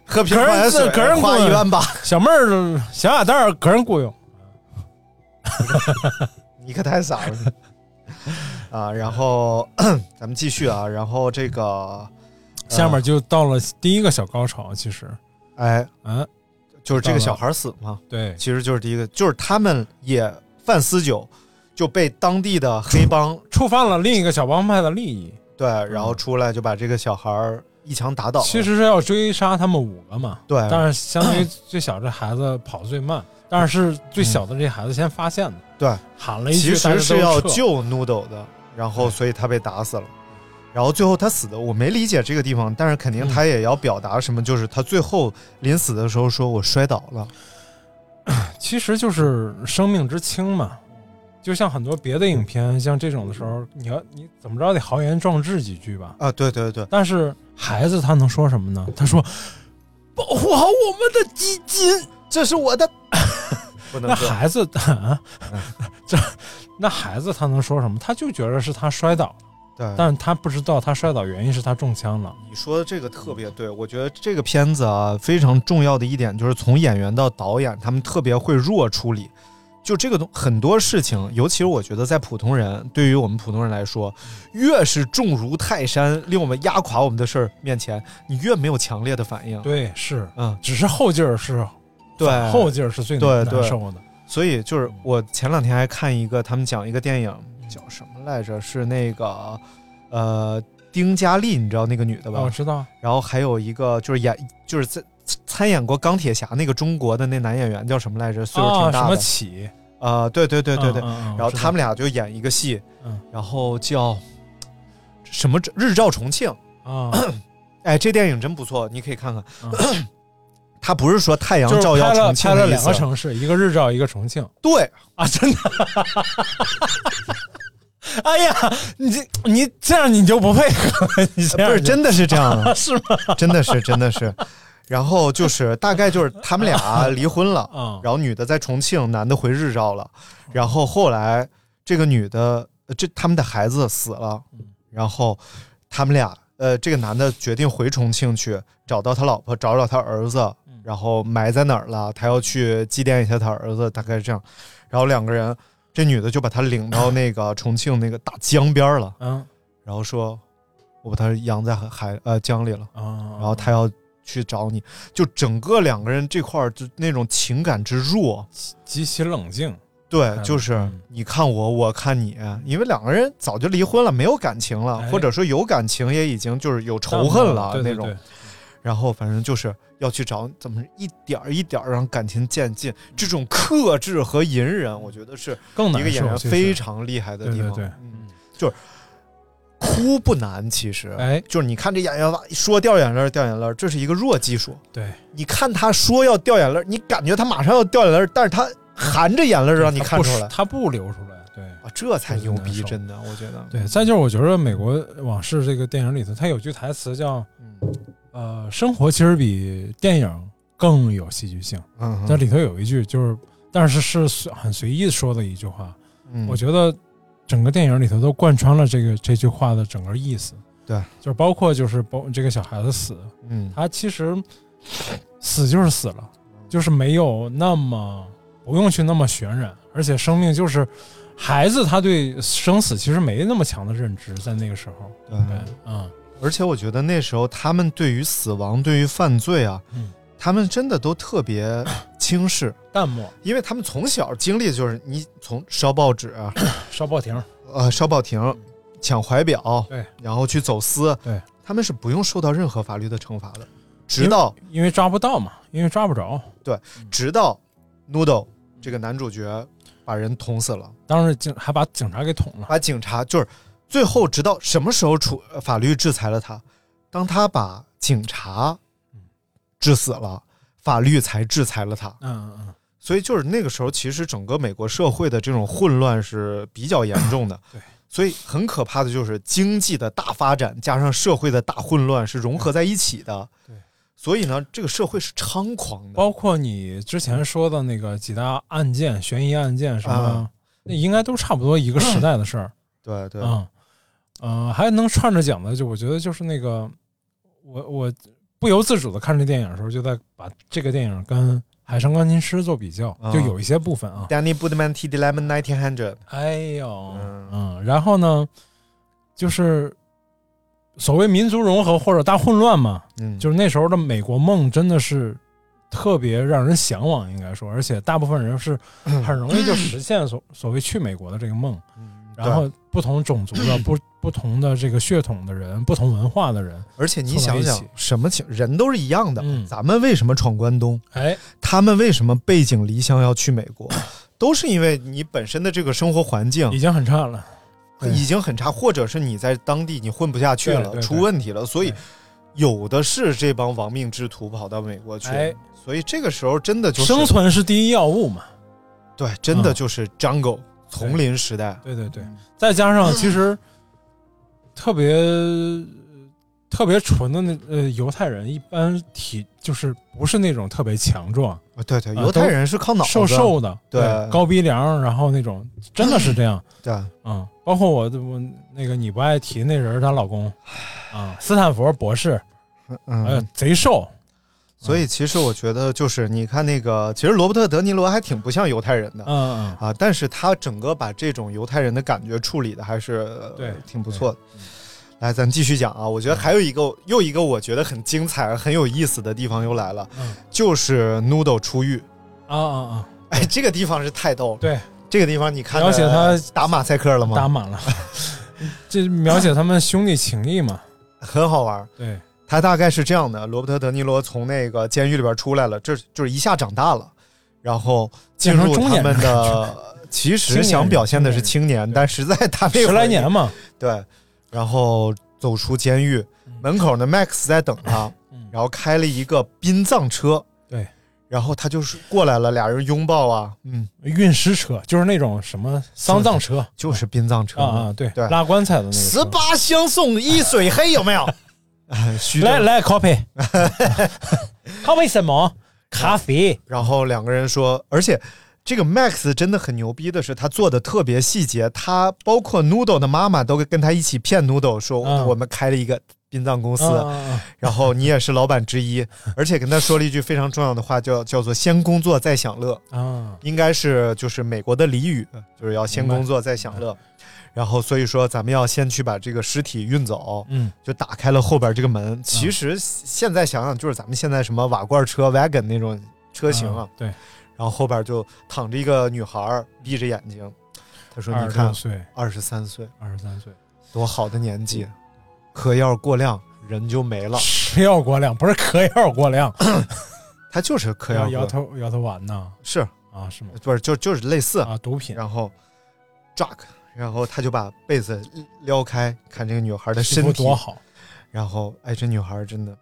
S1: 喝瓶矿泉水，
S2: 个人个人
S1: 花一万八。
S2: 小妹儿小哑蛋儿个人雇佣，
S1: 你可太傻了你啊！然后 [clears throat] 咱们继续啊，然后这个、呃
S2: 下面就到了第一个小高潮。其实，
S1: 哎，
S2: 嗯，
S1: 就是这个小孩死嘛，
S2: 对，
S1: 其实就是第一个，就是他们也贩私酒，就被当地的黑帮
S2: 触犯了另一个小帮派的利益，
S1: 对，然后出来就把这个小孩儿一枪打倒了。
S2: 其实是要追杀他们五个嘛。
S1: 对，
S2: 但是相对于最小这孩子跑最慢，但是最小的这孩子先发现的，
S1: 嗯对，
S2: 喊了一句，
S1: 其
S2: 大
S1: 实
S2: 家都
S1: 是要
S2: 撤，
S1: 救 Noodle 的，然后所以他被打死了。然后最后他死的，我没理解这个地方，但是肯
S2: 嗯
S1: 定他也要表达什么，就是他最后临死的时候说我摔倒了，
S2: 其实就是生命之轻嘛。就像很多别的影片，像这种的时候，你要你怎么着得豪言壮志几句吧。
S1: 啊，对对对，
S2: 但是孩子他能说什么呢？他说：“保护好我们的基金。
S1: 这是我的， [laughs] 不”能
S2: 那
S1: 说，嗯
S2: 孩子， [laughs] 啊、这那孩子他能说什么？他就觉得是他摔倒
S1: 嗯
S2: 了，
S1: 对，
S2: 但是他不知道他摔倒原因是他中枪了。
S1: 你说的这个特别对，我觉得这个片子啊非常重要的一点就是从演员到导演，他们特别会弱处理。就这个东很多事情，尤其是我觉得在普通人，对于我们普通人来说，越是重如泰山，令我们压垮我们的事儿面前，你越没有强烈的反应。
S2: 对，是，
S1: 嗯，
S2: 只是后劲儿是
S1: 对
S2: 反后劲儿是最
S1: 对
S2: 难
S1: 对
S2: 难受的。
S1: 所以就是
S2: 嗯
S1: 我前两天还看一个，他们讲一个电影叫什么来着？是那个呃丁嘉丽，你知道那个女的吧？
S2: 啊我知道，
S1: 然后还有一个就是演就是在参演过钢铁侠那个中国的那男演员叫什么来着？岁数挺
S2: 啊，什
S1: 大
S2: 么
S1: 的，
S2: 起？
S1: 呃，对对对对对。
S2: 嗯，嗯嗯
S1: 然后
S2: 我知道
S1: 他们俩就演一个戏，
S2: 嗯
S1: 然后叫什么日照重庆。
S2: 啊，
S1: 哎，这电影真不错，你可以看看。
S2: 嗯
S1: [clears throat] 它不是说太阳
S2: 就是
S1: 照耀
S2: 拍了
S1: 重庆
S2: 拍了
S1: 的意
S2: 两
S1: 思
S2: 个，城市，一个日照，一个重庆
S1: 对，
S2: 啊，
S1: [laughs]
S2: 真的。哎呀，你这你这样你就不配合， [laughs] 你这
S1: 不
S2: 样
S1: 是
S2: 就
S1: 真的是这
S2: [laughs]
S1: 样的，
S2: 是吗？
S1: 真的是，真的是。然后就是大概就是他们
S2: [laughs]
S1: 俩离婚了，
S2: 嗯
S1: 然后女的在重庆，男的回日照了。然后后来这个女的，呃这他们的孩子死了，然后他们俩，呃，这个男的决定回重庆去找到他老婆，找找他儿子，然后埋在哪儿了，他要去祭奠一下他儿子，大概是这样。然后两个人，这女的就把他领到那个重庆那个大江边儿了，
S2: 嗯
S1: 然后说，我把他养在海海呃江里了。
S2: 啊，然
S1: 然后他要去找你，就整个两个人这块儿就那种情感之弱，
S2: 极其冷静，
S1: 对，
S2: 嗯
S1: 就是
S2: 嗯
S1: 你看我，我看你，因为两个人早就离婚了，没有感情了，
S2: 哎
S1: 或者说有感情也已经就是有仇恨了
S2: 对对
S1: 那种
S2: 对，
S1: 然后反正就是要去找怎么一点儿一点儿让感情渐进，这种克制和隐忍，我觉得是
S2: 更嗯难
S1: 一个演
S2: 受
S1: 员
S2: 其实
S1: 非常厉害的地
S2: 对对
S1: 方，
S2: 对
S1: 嗯，就是哭不难，其实。
S2: 哎，
S1: 就是你看这演员哇，说掉眼泪儿掉眼泪儿，这是一个弱技术。
S2: 对，
S1: 你看他说要掉眼泪儿，你感觉他马上要掉眼泪儿，但是他含着眼泪儿让你看出来，
S2: 他不流出来，对。
S1: 啊，这才牛
S2: 难
S1: 逼，
S2: 受
S1: 真的，我觉得。
S2: 对，再就是我觉得美国往事这个电影里头，它有句台词叫
S1: 嗯，
S2: “呃，生活其实比电影更有戏剧性”，
S1: 嗯，
S2: 那里头有一句就是，但是是随很随意说的一句话，
S1: 嗯，
S2: 我觉得整个电影里头都贯穿了这个这句话的整个意思。
S1: 对，
S2: 就是包括就是包这个小孩子死，
S1: 嗯，
S2: 他其实死就是死了，就是没有那么不用去那么渲染，而且生命就是孩子，他对生死其实没那么强的认知，在那个时候，
S1: 对
S2: 对，嗯，
S1: 而且我觉得那时候他们对于死亡、对于犯罪啊，
S2: 嗯
S1: 他们真的都特别轻视，
S2: 淡漠
S1: 因为他们从小经历就是你从烧报纸，啊
S2: 烧报亭，
S1: 呃，烧报亭、抢怀表，
S2: 对，
S1: 然后去走私，
S2: 对，
S1: 他们是不用受到任何法律的惩罚的，直到
S2: 因为抓不到嘛，因为抓不着。
S1: 直到 Noodle 这个男主角把人捅死了，
S2: 当时警还把警察给捅了，
S1: 把警察就是最后直到什么时候处呃法律制裁了他？当他把警察致死了，法律才制裁了他。
S2: 嗯嗯嗯，
S1: 所以就是那个时候，其实整个美国社会的这种混乱是比较严重的。
S2: 对，
S1: 所以很可怕的就是经济的大发展加上社会的大混乱是融合在一起的。
S2: 对，
S1: 所以呢，这个社会是猖狂的。
S2: 包括你之前说的那个几大案件、悬疑案件什么，
S1: 啊
S2: 那应该都差不多一个时代的事儿。
S1: 对对，
S2: 嗯，呃，还能串着讲的，就我觉得就是那个，我我不由自主的看这电影的时候，就在把这个电影跟《海上钢琴师》做比较，
S1: 啊
S2: 就有一些部分啊，
S1: Danny Budman T D Lemon Nineteen Hundred，
S2: 哎呦，
S1: 嗯
S2: 嗯，然后呢，就是所谓民族融合或者大混乱嘛，
S1: 嗯，
S2: 就是那时候的美国梦真的是特别让人向往，应该说，而且大部分人是
S1: 嗯
S2: 很容易就实现所所谓去美国的这个梦。
S1: 对
S2: 然后不同种族
S1: [clears throat]
S2: 的、不不同的这个血统的人、不同文化的人，
S1: 而且你
S2: 凑到
S1: 想
S2: 一
S1: 想
S2: 起，
S1: 什么情人都是一样的，
S2: 嗯
S1: 咱们为什么闯关东？
S2: 哎，
S1: 他们为什么背井 [coughs] 离乡要去美国？都是因为你本身的这个生活环境
S2: 已经很差了，对
S1: 已经很差，或者是你在当地你混不下去
S2: 对
S1: 了，
S2: 对
S1: 出
S2: 对
S1: 问题了，所以
S2: 对
S1: 有的是这帮亡命之徒跑到美国去，
S2: 哎
S1: 所以这个时候真的就是
S2: 生存是第一要务嘛。
S1: 对，真的
S2: 嗯
S1: 就是 jungle 丛林时代，
S2: 对对对，再加上其
S1: 嗯
S2: 实特别特别纯的那呃犹太人，一般体就是不是那种特别强壮，
S1: 啊对对，
S2: 啊
S1: 犹太人是靠脑子，
S2: 瘦瘦的，
S1: 对
S2: 高鼻梁，然后那种真的是
S1: [clears throat]
S2: 这样，
S1: 对，
S2: 嗯，包括我我那个你不爱提那人儿她老公啊，斯坦福博士，
S1: 嗯，
S2: 呃，贼瘦，
S1: 所
S2: 嗯
S1: 以其实我觉得就是你看那个，其实罗伯特·德尼罗还挺不像犹太人的。
S2: 嗯嗯，
S1: 啊，但是他整个把这种犹太人的感觉处理的还是呃
S2: 对嗯
S1: 挺不错的。嗯来，咱继续讲啊，我觉得还有一个、又一个我觉得很精彩、很有意思的地方又来了，
S2: 嗯
S1: 就是 Noodle 出狱。
S2: 啊啊啊，
S1: 哎，这个地方是太逗了。
S2: 对，
S1: 这个地方你看着
S2: 了解他
S1: 打马赛克了吗？
S2: 打满了， [laughs] 这描写他们兄弟情谊嘛，
S1: 很好玩。
S2: 对，
S1: 他大概是这样的：罗伯特·德尼罗从那个监狱里边出来了，这就是一下长大了，然后进
S2: 变
S1: 入
S2: 成中
S1: 他
S2: 年
S1: 们
S2: 人
S1: 的，其
S2: 青
S1: 实
S2: 年
S1: 想
S2: 人
S1: 表现的是
S2: 青
S1: 青年，但实在他啊那
S2: 十
S1: 会儿
S2: 来
S1: 已
S2: 年嘛，
S1: 对，然后走出监狱
S2: 嗯
S1: 门口呢，Max 在等他，
S2: 嗯
S1: 然后开了一个殡葬车，
S2: 对，
S1: 然后他就是过来了，俩人拥抱啊，嗯，
S2: 运尸车，就是那种什么丧葬车
S1: 就是殡葬车
S2: 啊啊，对，
S1: 对
S2: 拉棺材的那个车。
S1: 十八相送一水黑，有没
S2: [laughs]
S1: 有？哎徐峥
S2: 来来，copy，copy
S1: [laughs]
S2: 什么？咖啡，
S1: 然后两个人说，而且这个 Max 真的很牛逼的是，他做的特别细节，他包括 Noodle 的妈妈都跟他一起骗 Noodle 说，
S2: 嗯
S1: 我们开了一个殡葬公司，
S2: 啊啊啊
S1: 然后你也是老板之一，而且跟他说了一句非常重要的话，叫叫做先工作再享乐，
S2: 啊，
S1: 应该是就是美国的俚语，就是要先工作再享乐。然后所以说咱们要先去把这个尸体运走，
S2: 嗯，
S1: 就打开了后边这个门。其实现在想想，就是咱们现在什么瓦罐车、wagon 那种车型啊，
S2: 对，
S1: 然后后边就躺着一个女孩儿，闭着眼睛。他说：“
S2: 二
S1: 你
S2: 十六
S1: 看，
S2: 岁，
S1: 二十三岁，
S2: 二十三岁，
S1: 多好的年纪，嗑药过量人就没了。
S2: 吃药过量，不是嗑药过量，
S1: 他就是嗑药过
S2: 摇摇
S1: 量，
S2: 头摇头丸呐，
S1: 是
S2: 啊是吗？
S1: 不是，就就是类似，
S2: 啊，毒品，
S1: 然后 drug，然后他就把被子撩开，看这个女孩的
S2: 皮
S1: 身
S2: 肤
S1: 体，
S2: 多好，
S1: 然后哎，这女孩真的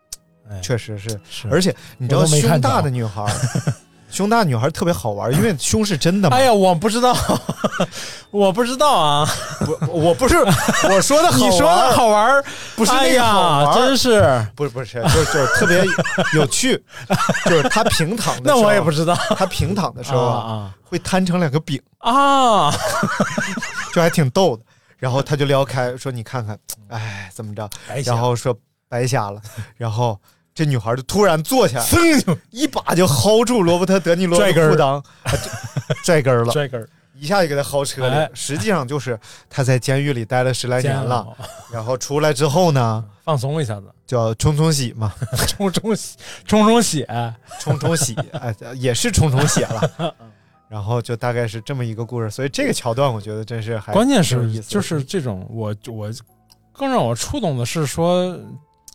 S2: 哎，
S1: 确实是，
S2: 是，
S1: 而且你知
S2: 我
S1: 道
S2: 都没
S1: 胸
S2: 看着
S1: 大的女
S2: [laughs]
S1: 孩，胸大女孩特别好玩，因为胸是 [laughs] 真的嘛。
S2: 哎呀，我不知道， [laughs] 我不知道
S1: [laughs]
S2: 啊，
S1: 不，我不是我说的好玩，
S2: 你说的好玩儿，
S1: 不是
S2: 哎
S1: 那个好玩
S2: 呀，
S1: 儿
S2: 真是，
S1: 不是不是， [laughs] 就是就是特别有
S2: [laughs]
S1: 趣，就是她平躺的时
S2: 那
S1: 候，
S2: 我也不知道
S1: 她平躺的时候啊，
S2: 啊
S1: 会摊成两个饼，
S2: 啊啊，
S1: 就还挺逗的。然后他就撩开说：“你看看，哎，怎么着？”
S2: 白瞎
S1: 然后说白瞎了，然后这女孩就突然坐
S2: [laughs]
S1: 下来，
S2: 噌
S1: 一把就薅住罗伯特·德尼罗的
S2: 拽根儿
S1: 裤裆，啊就拽根儿
S2: 就
S1: 了，
S2: 拽根儿，
S1: 一下就给他薅车里
S2: 哎。
S1: 实际上就是他在监狱里待了十来年
S2: 煎
S1: 了，
S2: 熬，
S1: 然后出来之后呢，
S2: 放松一下
S1: [laughs]
S2: 子，
S1: 叫冲冲洗嘛，
S2: 冲冲洗冲冲血，
S1: 冲冲洗，哎，也是冲冲血了。然后就大概是这么一个故事，所以这个桥段我觉得真是还
S2: 关键
S1: 挺有意思
S2: 是
S1: 的
S2: 就是这种，我我更让我触动的是说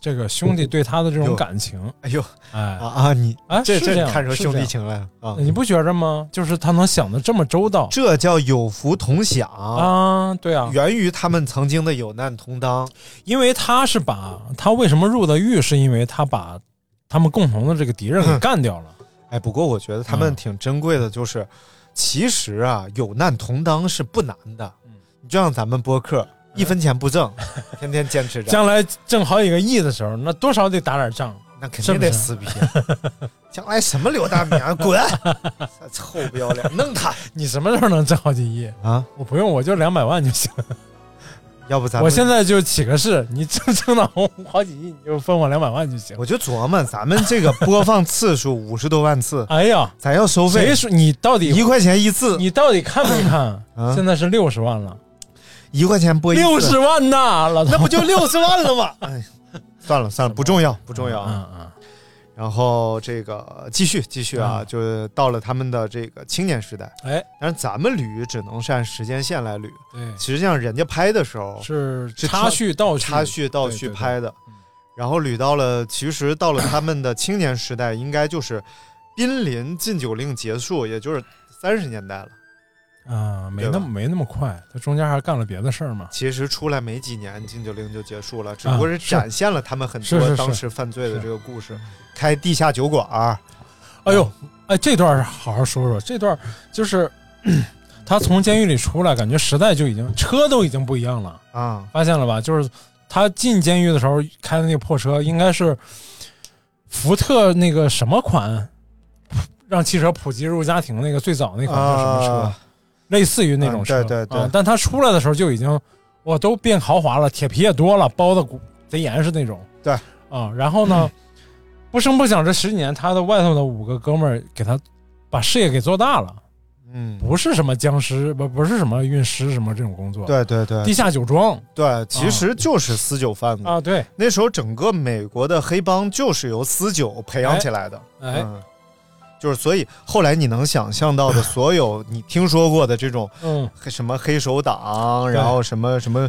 S2: 这个兄弟对他的这
S1: 哟
S2: 种感情，
S1: 哎呦
S2: 哎
S1: 啊啊你
S2: 啊，
S1: 这
S2: 是这
S1: 这
S2: 样
S1: 看出
S2: 是
S1: 兄弟
S2: 这样
S1: 情来了啊！
S2: 你不觉着吗？就是他能想的这么周到
S1: 这叫有福同享
S2: 啊，对啊，
S1: 源于他们曾经的有难同当。
S2: 因为他是把他为什么入的狱，是因为他把他们共同的这个敌人给干掉了，
S1: 哎，不过我觉得他们
S2: 嗯
S1: 挺珍贵的，就是、其实啊，有难同当是不难的。
S2: 嗯
S1: 你就像咱们播客，一分钱不
S2: [laughs]
S1: 挣，天天坚持着，
S2: 将来挣好几个亿的时候，那多少得打点仗，
S1: 那肯
S2: 是
S1: 定
S2: 不
S1: 得
S2: 是
S1: 撕逼。将来什么刘大明啊，
S2: [laughs]
S1: 滚！臭不要脸，弄他
S2: 你什么时候能挣好几亿？
S1: 啊！
S2: 我不用，我就两百万就行。
S1: 要不咱们
S2: 我现在就起个誓，你挣挣到好几亿，你就分我两百万就行。
S1: 我就琢磨，咱们这个播放次
S2: [laughs]
S1: 数五十多万次，
S2: 哎呀，
S1: 咱要收费
S2: 谁说你到底
S1: 一块钱一次，
S2: 你到底看没看？
S1: 啊
S2: 现在是六十万了，
S1: 一块钱播一次，
S2: 六十万呐，老头，
S1: 那不就六十万了
S2: [laughs]
S1: 吗？哎，算了算了，不重要不重要啊。
S2: 嗯嗯
S1: 然后这个继续继续啊，就是到了他们的这个青年时代。
S2: 嗯，哎，
S1: 但是咱们捋只能是按时间线来捋，
S2: 对，
S1: 其实像人家拍的时候
S2: 是
S1: 哦是
S2: 插叙倒叙，
S1: 插叙倒叙
S2: 对对对
S1: 拍的
S2: 嗯，
S1: 然后捋到了，其实到了他们的青年时代，应该就是濒临禁酒令结束，也就是三十年代了。
S2: 啊，没
S1: 对吧
S2: 那么没那么快，他中间还干了别的事儿嘛。
S1: 其实出来没几年，禁酒令就结束了，只不过是
S2: 啊是
S1: 展现了他们很
S2: 是是
S1: 多
S2: 是
S1: 当时犯罪的这个故事。开地下酒馆儿，
S2: 哎呦，哎，这段儿好好说说，这段儿就是 [clears throat] 咳他从监狱里出来，感觉时代就已经车都已经不一样了，
S1: 啊，
S2: 发现了吧？就是他进监狱的时候开的那个破车，应该是福特那个什么款，让汽车普及入家庭那个最早那款叫什么车？
S1: 啊
S2: 类似于那种车，
S1: 嗯对对对
S2: 啊但他出来的时候就已经，哇，都变豪华了，铁皮也多了，包的贼严实那种。
S1: 对
S2: 啊，然后呢，不声不响这十几年，他的外头的五个哥们儿给他把事业给做大了，
S1: 嗯，
S2: 不是什么僵尸，不不是什么运尸什么这种工作，，
S1: 对对对
S2: 地下酒庄
S1: 对，其实就是私酒贩子。
S2: 啊，对，
S1: 那时候整个美国的黑帮就是由私酒培养起来的，
S2: 哎，
S1: 嗯，就是所以后来你能想象到的所有你听说过的这种
S2: 嗯，
S1: 黑什么黑手党，
S2: 对
S1: 然后什么什么，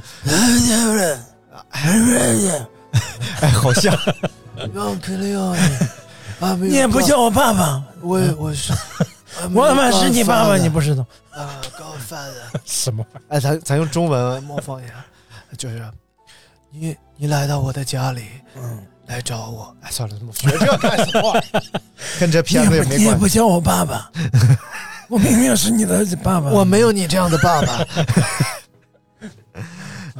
S1: [laughs] 哎，好像哎
S2: 你也不像我爸爸，我我是我他妈是你爸爸，你不知道
S1: 啊，高范啊，
S2: 嗯什么玩意
S1: 哎，咱咱用中文模仿一下，就是你你来到我的家里，嗯，来找我，哎，算了，学这干什么？ [laughs] 跟这片子也没关系，
S2: 像我爸爸，我明明是你的爸爸
S1: 我没有你这样的爸爸。 [laughs]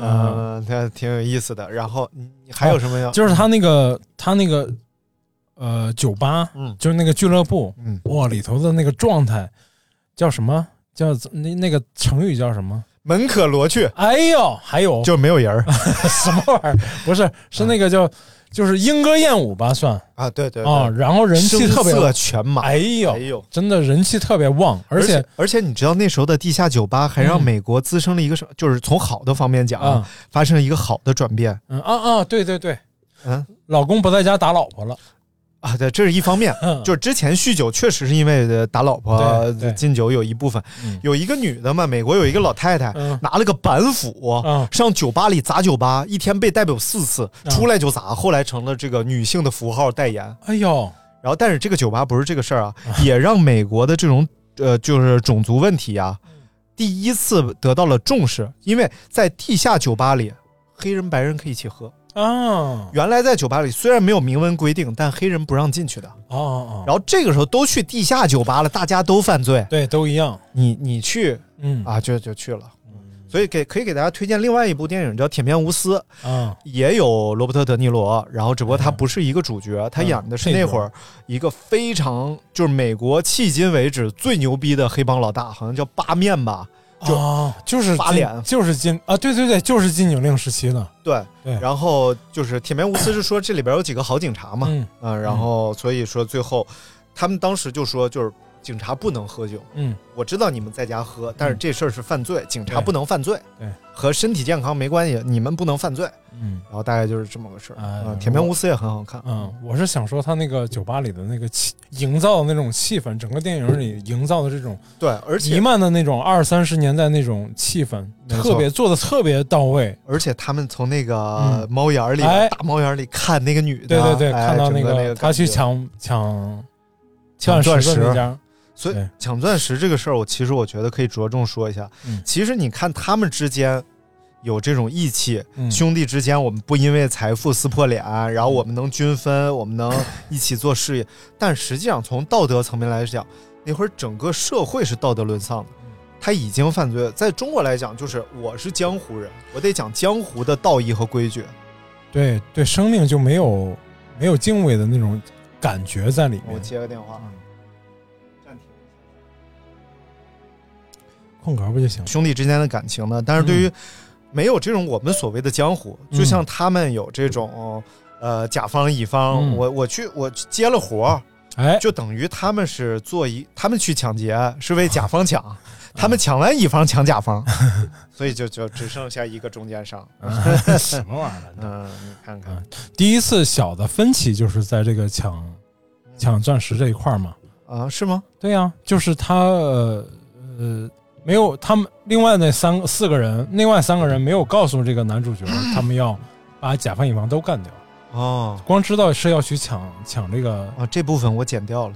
S1: 嗯，他挺有意思的。然后你你还有什么要？
S2: 哦就是他那个他那个呃酒吧，
S1: 嗯
S2: 就是那个俱乐部，
S1: 嗯，
S2: 哇，里头的那个状态叫什么？叫那那个成语叫什么？
S1: 门可罗雀，
S2: 哎呦，还有
S1: 就是没有
S2: [laughs]
S1: 人儿
S2: 什么
S1: [laughs]
S2: 玩意儿？不是，是那个叫就是莺歌燕舞吧，算
S1: 啊！对对
S2: 啊，
S1: 对，
S2: 然后人气
S1: 声
S2: 特别
S1: 色
S2: 旺，
S1: 全满。
S2: 哎呦
S1: 哎，呦，
S2: 真的人气特别旺，而
S1: 而
S2: 且嗯
S1: 而且你知道那时候的地下酒吧还让美国滋生了一个什么？就是从好的方面讲啊，
S2: 啊
S1: 发生了一个好的转变
S2: 嗯啊啊，对对对，
S1: 嗯，
S2: 老公不在家打老婆了，
S1: 啊。对，这是一方面。
S2: 嗯
S1: 就是之前酗酒确实是因为呃打老婆
S2: 对对
S1: 禁酒有一部分
S2: 嗯，
S1: 有一个女的嘛，美国有一个老太太
S2: 嗯
S1: 拿了个板斧
S2: 嗯
S1: 上酒吧里砸酒吧，一天被逮捕四次，出来就砸，后来成了这个女性的符号代言。
S2: 哎呦，
S1: 然后，但是这个酒吧不是这个事
S2: [laughs]
S1: 儿啊，也让美国的这种呃就是种族问题啊，
S2: 嗯
S1: 第一次得到了重视，因为在地下酒吧里。黑人、白人可以一起喝。
S2: 啊，
S1: 原来在酒吧里虽然没有明文规定，但黑人不让进去的。
S2: 哦哦哦，
S1: 然后这个时候都去地下酒吧了，大家都犯罪，
S2: 对，都一样，
S1: 你你去
S2: 嗯
S1: 啊，就就去了。所以给可以给大家推荐另外一部电影叫《铁面无私》，
S2: 啊，
S1: 也有罗伯特·德尼罗，然后只不过
S2: 哎
S1: 他不是一个主角，
S2: 嗯
S1: 他演的是那会儿一个非常就是美国迄今为止最牛逼的黑帮老大，好像叫八面吧，就
S2: 啊，就是
S1: 发
S2: 禁
S1: 脸
S2: 就是禁啊，对对对，就是禁酒令时期的，
S1: 对。
S2: 对
S1: 然后就是《铁面无私》是说这里边有几个好警察嘛，
S2: 嗯
S1: 嗯，然后所以说最后他们当时就说就是警察不能喝酒，
S2: 嗯，
S1: 我知道你们在家喝，但是这事儿是犯罪，警察
S2: 对
S1: 不能犯罪，
S2: 对，
S1: 和身体健康没关系，你们不能犯罪。
S2: 嗯
S1: 然后大概就是这么个事儿。
S2: 哎
S1: 嗯，铁面无私也很好看。
S2: 嗯，我是想说他那个酒吧里的那个气，营造的那种气氛，整个电影里营造的这种
S1: 对，而
S2: 弥
S1: 且
S2: 漫的那种二三十年代那种气氛，
S1: 没错
S2: 特别做的特别到位，
S1: 而且他们从那个
S2: 嗯
S1: 猫眼儿里、
S2: 哎
S1: 大猫眼儿里看那个女的，
S2: 对对对，
S1: 哎
S2: 看到
S1: 整个那
S2: 个他
S1: 感觉
S2: 去抢抢
S1: 抢钻
S2: 钻
S1: 石
S2: 的那家，
S1: 所以
S2: 对
S1: 抢钻石这个事儿，我其实我觉得可以着重说一下。
S2: 嗯
S1: 其实你看他们之间有这种义气，
S2: 嗯
S1: 兄弟之间我们不因为财富撕破脸，然后我们能均分，我们能一起做事业。但实际上从道德层面来讲，那会儿整个社会是道德沦丧的。
S2: 嗯
S1: 他已经犯罪了，在中国来讲，就是我是江湖人，我得讲江湖的道义和规矩。
S2: 对对，生命就没有没有敬畏的那种感觉在里
S1: 我
S2: 面。
S1: 接个电话，暂停。
S2: 空格不就行了？
S1: 兄弟之间的感情呢，但是对于没有这种我们所谓的江湖，就像他们有这种呃甲方乙方，
S2: 嗯
S1: 我我去我接了活儿，
S2: 哎，
S1: 就等于他们是做一，他们去抢劫是为甲方抢，他们抢完乙方抢甲方，所以就就只剩下一个中间商。
S2: 啊 [laughs] 什么玩意儿？
S1: 嗯，你看看
S2: 嗯第一次小的分歧就是在这个抢抢钻石这一块儿嘛。
S1: 啊，是吗？
S2: 对呀、就是他呃呃没有他们另外那三个四个人，另外三个人没有告诉这个男 [laughs] 主角他们要把甲方乙方都干掉，
S1: 哦
S2: 光知道是要去抢抢这个
S1: 啊，这部分我剪掉了。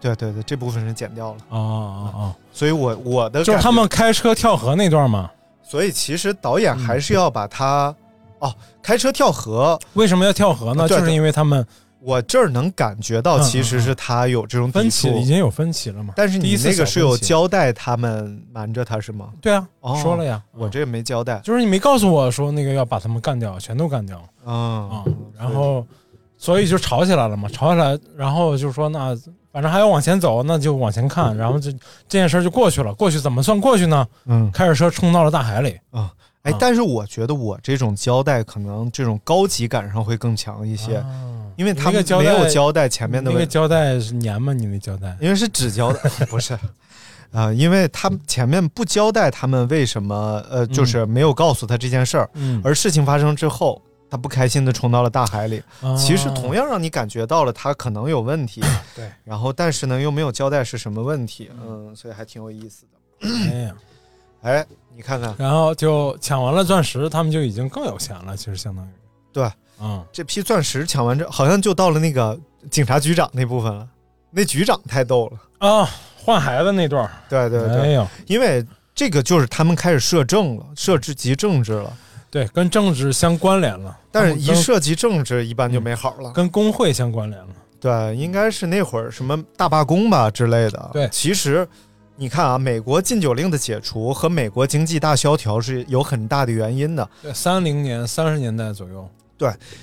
S1: 对对对，这部分是剪掉了。
S2: 啊啊啊！
S1: 所以我我的
S2: 就是
S1: 感
S2: 他
S1: 觉
S2: 们开车跳河那段嘛？
S1: 所以其实导
S2: 嗯
S1: 演还是要把它、哦，开车跳河，
S2: 为什么要跳河呢？
S1: 对
S2: 就是因为他们
S1: 我这儿能感觉到，
S2: 嗯
S1: 其实是他有这种抵
S2: 分歧
S1: 触
S2: 已经有分歧了嘛。
S1: 但是
S2: 第
S1: 你
S2: 一次
S1: 那个
S2: 小
S1: 是
S2: 分
S1: 有
S2: 歧
S1: 交代他们瞒着他是吗？
S2: 对啊，
S1: 哦
S2: 说了呀，
S1: 我这个没交代，
S2: 就是你没告诉我说那个要把他们干掉，全都干掉啊、
S1: 嗯，
S2: 然后所以就吵起来了嘛，吵起来，然后就说那反正还要往前走，那就往前
S1: [laughs]
S2: 看，然后这这件事儿就过去了，过去怎么算过去呢？
S1: 嗯，
S2: 开着车冲到了大海里，
S1: 哎
S2: 啊，
S1: 但是我觉得我这种交代可能这种高级感上会更强一些，
S2: 啊
S1: 因为他
S2: 那
S1: 们
S2: 个胶
S1: 没有
S2: 带
S1: 交代前面的
S2: 那
S1: 问
S2: 个
S1: 题，
S2: 胶带是粘吗？你那胶带？
S1: 因为是只交代， [laughs] 不是。啊、因为他们前面不交代他们为什么，呃，就是没有告诉他这件事儿，
S2: 嗯，
S1: 而事情发生之后，他不开心的冲到了大海里。
S2: 啊
S1: 其实同样让你感觉到了他可能有问题，
S2: 对，
S1: 然后但是呢又没有交代是什么问题，嗯，所以还挺有意思的。
S2: 哎呀
S1: 哎，你看看
S2: 然后就抢完了钻石，他们就已经更有钱了，其实相当于
S1: 对，
S2: 嗯，
S1: 这批钻石抢完之后，好像就到了那个警察局长那部分了。那局长太逗了，
S2: 啊，换孩子那段儿，
S1: 对对对，
S2: 哎呦，
S1: 因为这个就是他们开始摄政了，涉及政治了。
S2: 对，跟政治相关联了，
S1: 但是，一
S2: 跟
S1: 涉及政治，一般就没好了。
S2: 跟工会相关联了，
S1: 对，应该是那会儿什么大罢工吧之类的。
S2: 对
S1: 其实你看啊，美国禁酒令的解除和美国经济大萧条是有很大的原因的，
S2: 对，三零年三十年代左右，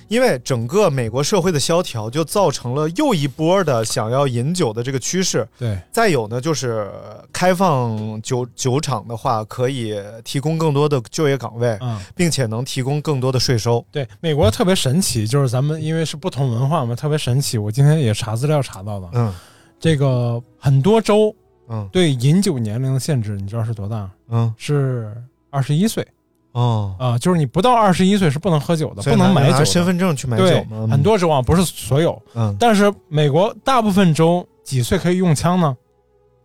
S1: 因为整个美国社会的萧条就造成了又一波的想要饮酒的这个趋势。
S2: 对，
S1: 再有呢，就是开放酒酒厂的话，可以提供更多的就业岗位，
S2: 嗯，
S1: 并且能提供更多的税收。
S2: 对，美国特别神奇，就是咱们因为是不同文化嘛，特别神奇。我今天也查资料查到的，
S1: 嗯
S2: 这个很多州
S1: 嗯
S2: 对饮酒年龄的限制，你知道是多大？
S1: 嗯
S2: 是二十一岁
S1: 哦，
S2: 啊、就是你不到二十一岁是不能喝酒的，
S1: 所以
S2: 不能
S1: 拿
S2: 买
S1: 拿
S2: 酒的。
S1: 身份证去买
S2: 对
S1: 酒嗯吗？，
S2: 很多州啊，不是所有，
S1: 嗯，
S2: 但是美国大部分州几岁可以用枪呢？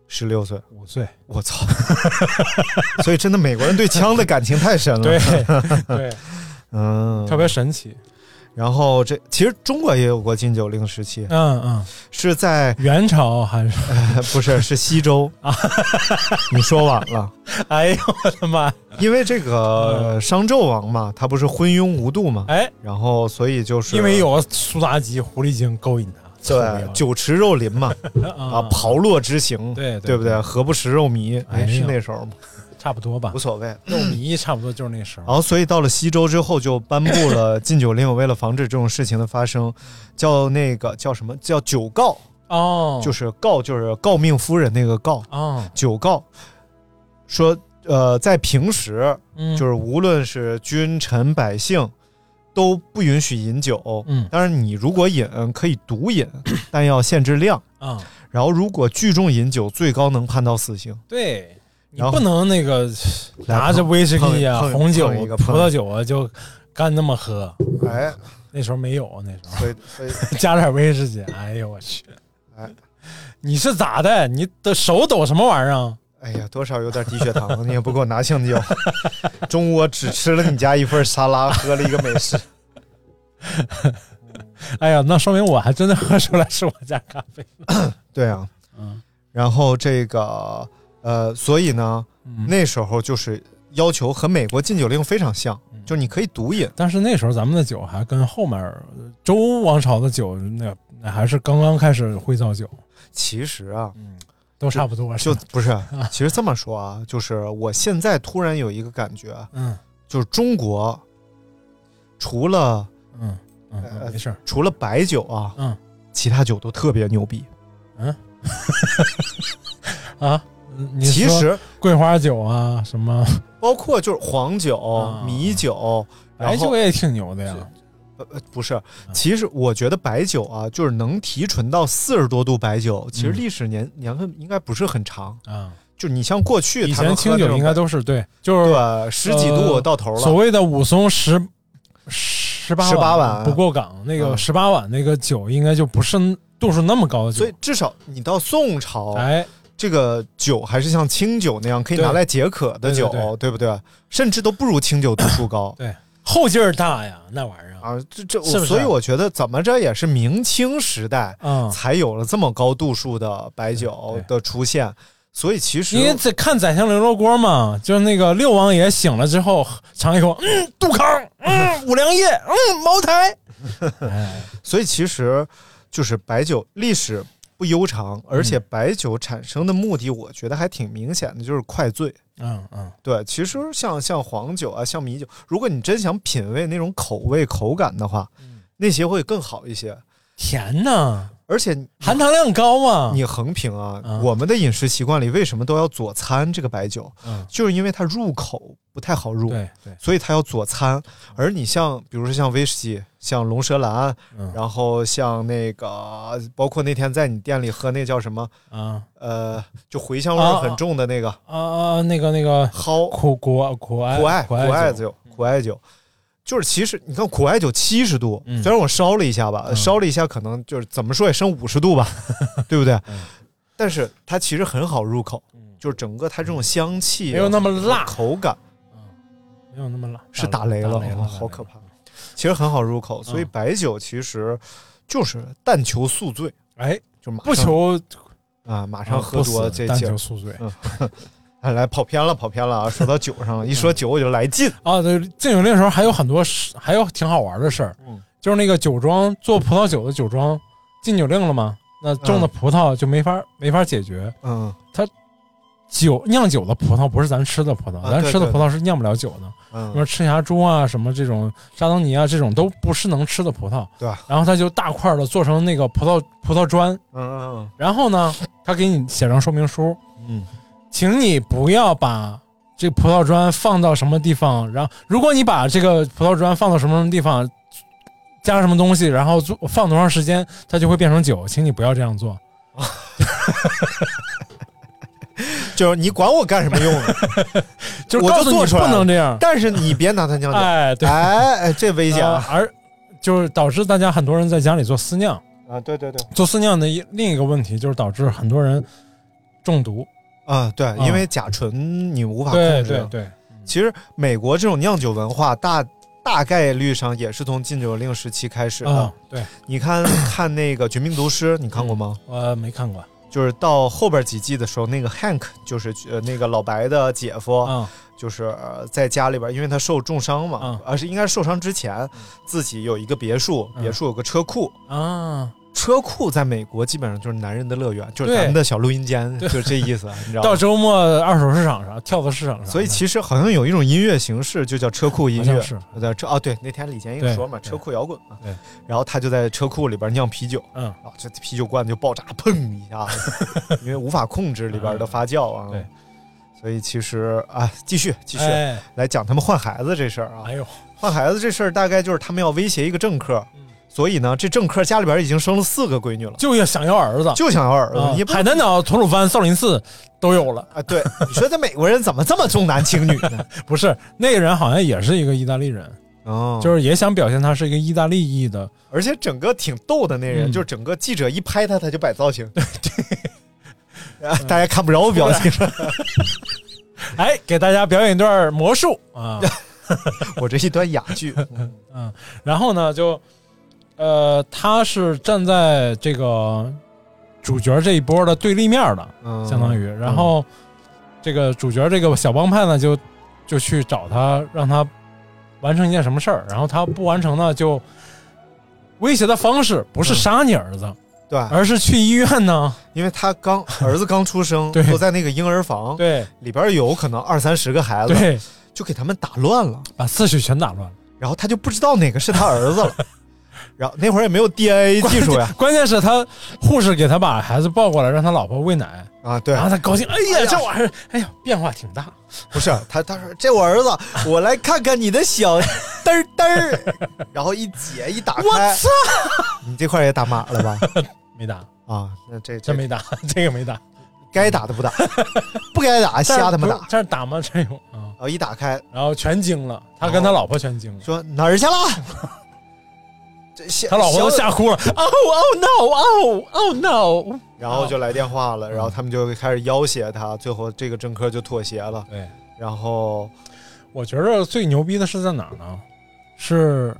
S1: 十六岁。
S2: 五岁。
S1: 我操！ [laughs] 所以真的美国人对枪的感情太深了。
S2: [laughs] 对，对，
S1: 嗯，
S2: 特别。神奇。
S1: 然后这其实中国也有过禁酒令时期，
S2: 嗯嗯，
S1: 是在 [laughs]
S2: 元朝还是？
S1: 呃不是是西周啊？ [laughs] 你说晚了，
S2: [laughs] 哎呦我的妈！
S1: 因为这个商纣王嘛，他不是昏庸无度嘛，
S2: 嗯哎，
S1: 然后所以就是
S2: 因为有苏妲己、狐狸精勾引他，
S1: 对酒池肉林嘛啊
S2: 啊
S1: 炮烙之刑，
S2: 对对
S1: 对不对？何不食肉糜？
S2: 哎
S1: 哎，
S2: 呀
S1: 是那时候吗？
S2: 差不多吧
S1: 无，所谓。
S2: 肉迷差不多就是那时
S1: 然
S2: 候。
S1: 后，所以到了西周之后，就颁布
S2: [laughs]
S1: 了禁酒令，为了防止这种事情的发生，叫那个叫什么叫酒告，
S2: 哦，
S1: 啊就是是告就是诰命夫人那个告，
S2: 哦，
S1: 酒告，说呃，在平时
S2: 嗯，
S1: 就是是无论是君臣百姓都不允许饮酒，
S2: 嗯
S1: 当然你如果饮可以独饮，但要限制量。
S2: 啊，
S1: 然后如果聚众饮酒，最高能判到死刑。
S2: 对。你
S1: 然后
S2: 不能那个
S1: 来
S2: 拿着
S1: 碰
S2: 威士忌啊、
S1: 碰碰
S2: 红酒
S1: 碰一个、
S2: 葡
S1: 碰
S2: 萄酒啊，就干那么喝。
S1: 哎，
S2: 那时候没有，那时候 [laughs]
S1: 所以所以
S2: 加点威士忌。哎呦我去！
S1: 哎
S2: 你是咋的？你的手抖什么玩意儿啊？
S1: 哎呀，多少有点低血糖 [laughs] 了，你也不给我拿香蕉。中午我只吃了你家一份沙拉，喝了一个美
S2: [laughs]
S1: 式。
S2: 哎呀，那说明我还真的喝出来是我家咖啡。
S1: 对啊，
S2: 嗯
S1: 然后这个呃，所以呢，
S2: 嗯，
S1: 那时候就是要求和美国禁酒令非常像，
S2: 嗯
S1: 就是你可以独饮。
S2: 但是那时候咱们的酒还跟后面呃周王朝的酒那那还是刚刚开始会造酒，
S1: 其实啊，
S2: 嗯，都差不多是
S1: 就
S2: 吧
S1: 不
S2: [laughs]
S1: 是，其实这么说啊，就是我现在突然有一个感觉，啊
S2: 嗯
S1: 就是中国除了
S2: 嗯嗯
S1: 呃
S2: 嗯，没事儿，
S1: 除了白酒啊，
S2: 嗯
S1: 其他酒都特别牛逼。
S2: 啊，嗯你
S1: 呃其
S2: 说
S1: 实
S2: 桂花酒啊什么
S1: 包括就是黄酒、
S2: 啊
S1: 米酒，然
S2: 白
S1: 后
S2: 酒也啊挺牛的呀，
S1: 呃呃，不是，其实我觉得白酒啊，就是能提纯到四十多度白酒，其实
S2: 嗯
S1: 历史年年份应该不是很长。
S2: 啊，
S1: 就是你像过去
S2: 以
S1: 他们喝
S2: 前清
S1: 那
S2: 酒
S1: 种
S2: 应该
S1: 白
S2: 都是对，就是
S1: 对十几度
S2: 呃
S1: 到头
S2: 所
S1: 了，
S2: 谓的武松十十八
S1: 18碗
S2: 不过岗，那个
S1: 嗯
S2: 十八碗那个酒应该就不是度数那么高的酒
S1: 所以，至少你到宋朝，
S2: 哎，
S1: 这个酒还是像清酒那样可以拿来解渴的酒，
S2: 对对
S1: 对不对？甚至都不如清酒度数高。
S2: 对，后劲儿大呀，那玩意儿。
S1: 啊，这这，
S2: 是不是
S1: 所以我觉得怎么着也是明清时代
S2: 嗯
S1: 才有了这么高度数的白酒
S2: 对
S1: 的出现，所以其实
S2: 因为这看《宰相刘罗锅》嘛，就是那个六王爷醒了之后尝一口，嗯，杜康，
S1: [laughs]
S2: 嗯，五粮液，嗯，茅台，哎
S1: 所以其实就是白酒历史不悠长，而
S2: 嗯
S1: 且白酒产生的目的，我觉得还挺明显的，就是快醉。
S2: 嗯嗯，
S1: 对，其实像像黄酒啊，像米酒，如果你真想品味那种口味口感的话，
S2: 嗯
S1: 那些会更好一些。
S2: 甜呐，
S1: 而且你
S2: 含糖量高嘛。
S1: 你横评啊，
S2: 嗯
S1: 我们的饮食习惯里为什么都要佐餐这个白酒？
S2: 嗯
S1: 就是因为它入口不太好入，
S2: 对对，
S1: 所以它要佐餐。而你像，比如说像威士忌，像龙舌兰，
S2: 嗯
S1: 然后像那个，包括那天在你店里喝那叫什么，
S2: 啊
S1: 呃，就茴香味儿很重的那个
S2: 啊啊，那个那
S1: [laughs]
S2: 个
S1: 蒿、
S2: 苦苦苦艾
S1: 苦艾、
S2: 苦
S1: 苦艾
S2: 酒，嗯
S1: 酒、苦艾酒，就是其实你看苦艾酒七十度，
S2: 嗯
S1: 虽然我烧了一下吧，
S2: 嗯
S1: 烧了一下可能就是怎么说也剩五十度
S2: [laughs]
S1: 吧，对不对？
S2: 嗯
S1: 但是它其实很好入口，就是整个它这种香气啊
S2: 嗯没有那么辣
S1: 口感
S2: 没有那么辣，
S1: 是打雷了，
S2: 嗯雷
S1: 哦
S2: 了，
S1: 好可怕。其实很好入口，所以
S2: 嗯
S1: 白酒其实就是但求宿醉，
S2: 哎，
S1: 就马上
S2: 不求
S1: 啊，马上喝多了这
S2: 但
S1: 劲儿
S2: 求。宿醉
S1: 哎来跑偏了，跑偏
S2: [laughs]
S1: 了啊！说到酒上了，
S2: 嗯
S1: 一说酒我就来劲。
S2: 啊。对，禁酒令的时候还有很多事，还有挺好玩的事儿，
S1: 嗯
S2: 就是那个酒庄做葡萄酒的酒庄禁酒令了嘛，那种的
S1: 嗯
S2: 葡萄就没法没法解决。
S1: 嗯
S2: 酒酿酒的葡萄不是咱吃的葡萄，
S1: 啊
S2: 咱
S1: 对
S2: 吃的
S1: 对
S2: 葡萄是酿不了酒的。什
S1: 嗯
S2: 么赤霞珠啊，什么这种扎当尼啊，这种都不是能吃的葡萄。
S1: 对啊
S2: 然后他就大块的做成那个葡萄葡萄砖，
S1: 嗯嗯
S2: 然后呢，他给你写上说明书，
S1: 嗯，
S2: 请你不要把这葡萄砖放到什么地方，然后如果你把这个葡萄砖放到什么什么地方，加什么东西，然后做放多长时间，它就会变成酒，请你不要这样做。
S1: 嗯就是你管我干什么用
S2: [laughs]
S1: 呢？
S2: 就是
S1: 我就
S2: 告诉你
S1: 做出来
S2: 不
S1: 了
S2: 能这样。
S1: 但是你别拿它酿酒，
S2: 哎，对，
S1: 哎哎，这危险
S2: 呃
S1: 啊！
S2: 而就是导致大家很多人在家里做私酿。
S1: 啊，对对对，
S2: 做私酿的一另一个问题就是导致很多人中毒。
S1: 啊对，
S2: 嗯
S1: 因为甲醇你无法
S2: 对
S1: 控
S2: 对
S1: 制。
S2: 对，
S1: 其实美国这种酿酒文化大。大概率上也是从禁酒令时期开始的。
S2: 啊，对，
S1: 你
S2: [coughs]
S1: 看看那个《绝命毒师》，你看过吗？
S2: 我没看过
S1: 就是到后边几季的时候，那个 Hank 就是呃那个老白的姐夫，
S2: 啊
S1: 就是呃在家里边，因为他受重伤嘛
S2: 嗯，
S1: 而是应该是受伤之前，自己有一个别墅，
S2: 嗯
S1: 别墅有个车库，
S2: 啊，
S1: 车库在美国基本上就是男人的乐园，就是
S2: 对
S1: 咱们的小录音间，就
S2: 对
S1: 是这意思，你知道
S2: 到
S1: 吗？
S2: 周末二手市场上、跳蚤市场上，
S1: 所以其实好像有一种音乐形式就叫车库音乐，
S2: 好像是
S1: 对车哦对，那天李健也
S2: 对
S1: 说嘛，
S2: 对
S1: 车库摇滚嘛，
S2: 对，
S1: 然后他就在车库里边酿啤酒，
S2: 嗯
S1: 然后这啤酒罐就爆炸，砰一下子，因为无法控制里边的发酵啊，
S2: 嗯对，
S1: 所以其实啊，继续继续、
S2: 哎
S1: 来讲他们换孩子这事儿啊，
S2: 哎呦
S1: 换孩子这事儿大概就是他们要威胁一个政客，
S2: 嗯
S1: 所以呢，这政客家里边已经生了四个闺女了，
S2: 就要想要儿子，
S1: 就想要儿子，
S2: 啊
S1: 你不
S2: 海南岛、吐鲁番、少林寺都有了，
S1: 啊，对，你说这美国人怎么这么重男轻女呢？
S2: 不是那个人好像也是一个意大利人，
S1: 哦，
S2: [laughs] 就是也想表现他是一个意大利裔的，
S1: 而且整个挺逗的那人，
S2: 嗯
S1: 就是整个记者一拍他，他就摆造
S2: [laughs]
S1: 型，啊大家看不着我表
S2: [laughs]
S1: 情，
S2: 哎，给大家表演一段魔术
S1: [laughs]
S2: 啊。
S1: 我这一段哑剧，
S2: 然后呢，就呃，他是站在这个主角这一波的对立面的，
S1: 嗯，
S2: 相当于。然后这个主角这个小帮派呢，就就去找他，让他完成一件什么事儿。然后他不完成呢，就威胁的方式不是
S1: 嗯
S2: 杀你儿子，
S1: 对，
S2: 而是去医院
S1: [laughs]
S2: 呢。
S1: 因为他
S2: [laughs]
S1: 刚儿子刚出生，
S2: 对
S1: 都在那个婴儿房
S2: 对
S1: 里边有可能二三十个孩子，
S2: 对，
S1: 就给他们打乱了。
S2: 把次序全打乱了。
S1: 然后他就不知道哪个是他儿
S2: [laughs]
S1: 子了。然后那会儿也没有 DNA [laughs] 技术呀，
S2: 关键是他护士给他把孩子抱过来，让他老婆喂奶，
S1: 啊，对
S2: 然，后他高兴，哎
S1: 哎呀
S2: 呀，这玩意儿，哎呀，变化挺大。
S1: 不是他，他说这我儿子，我来看看你的小嘚儿嘚儿，然后一解一打开，
S2: 我操！
S1: 你这块儿也打码了吧？
S2: 没打，
S1: 啊，那这这
S2: 真没打， [laughs] 这个没打，
S1: 该打的不打， [laughs] 不该打瞎他妈打，嗯
S2: 但是不但是打吗？真有啊！
S1: 然后一打开
S2: 然后全惊了，他
S1: 哦
S2: 跟他老婆全惊了，
S1: 说哪儿去了？ [laughs] 这小
S2: 他老婆都
S1: 小
S2: 吓哭了。 [laughs] 哦哦 no 哦哦 no！
S1: 然后就来电话
S2: 啊
S1: 了，然后他们就开始要挟他，最后这个政
S2: 嗯
S1: 客就妥协了，
S2: 对，
S1: 然后
S2: 我觉得最牛逼的是在哪儿呢？是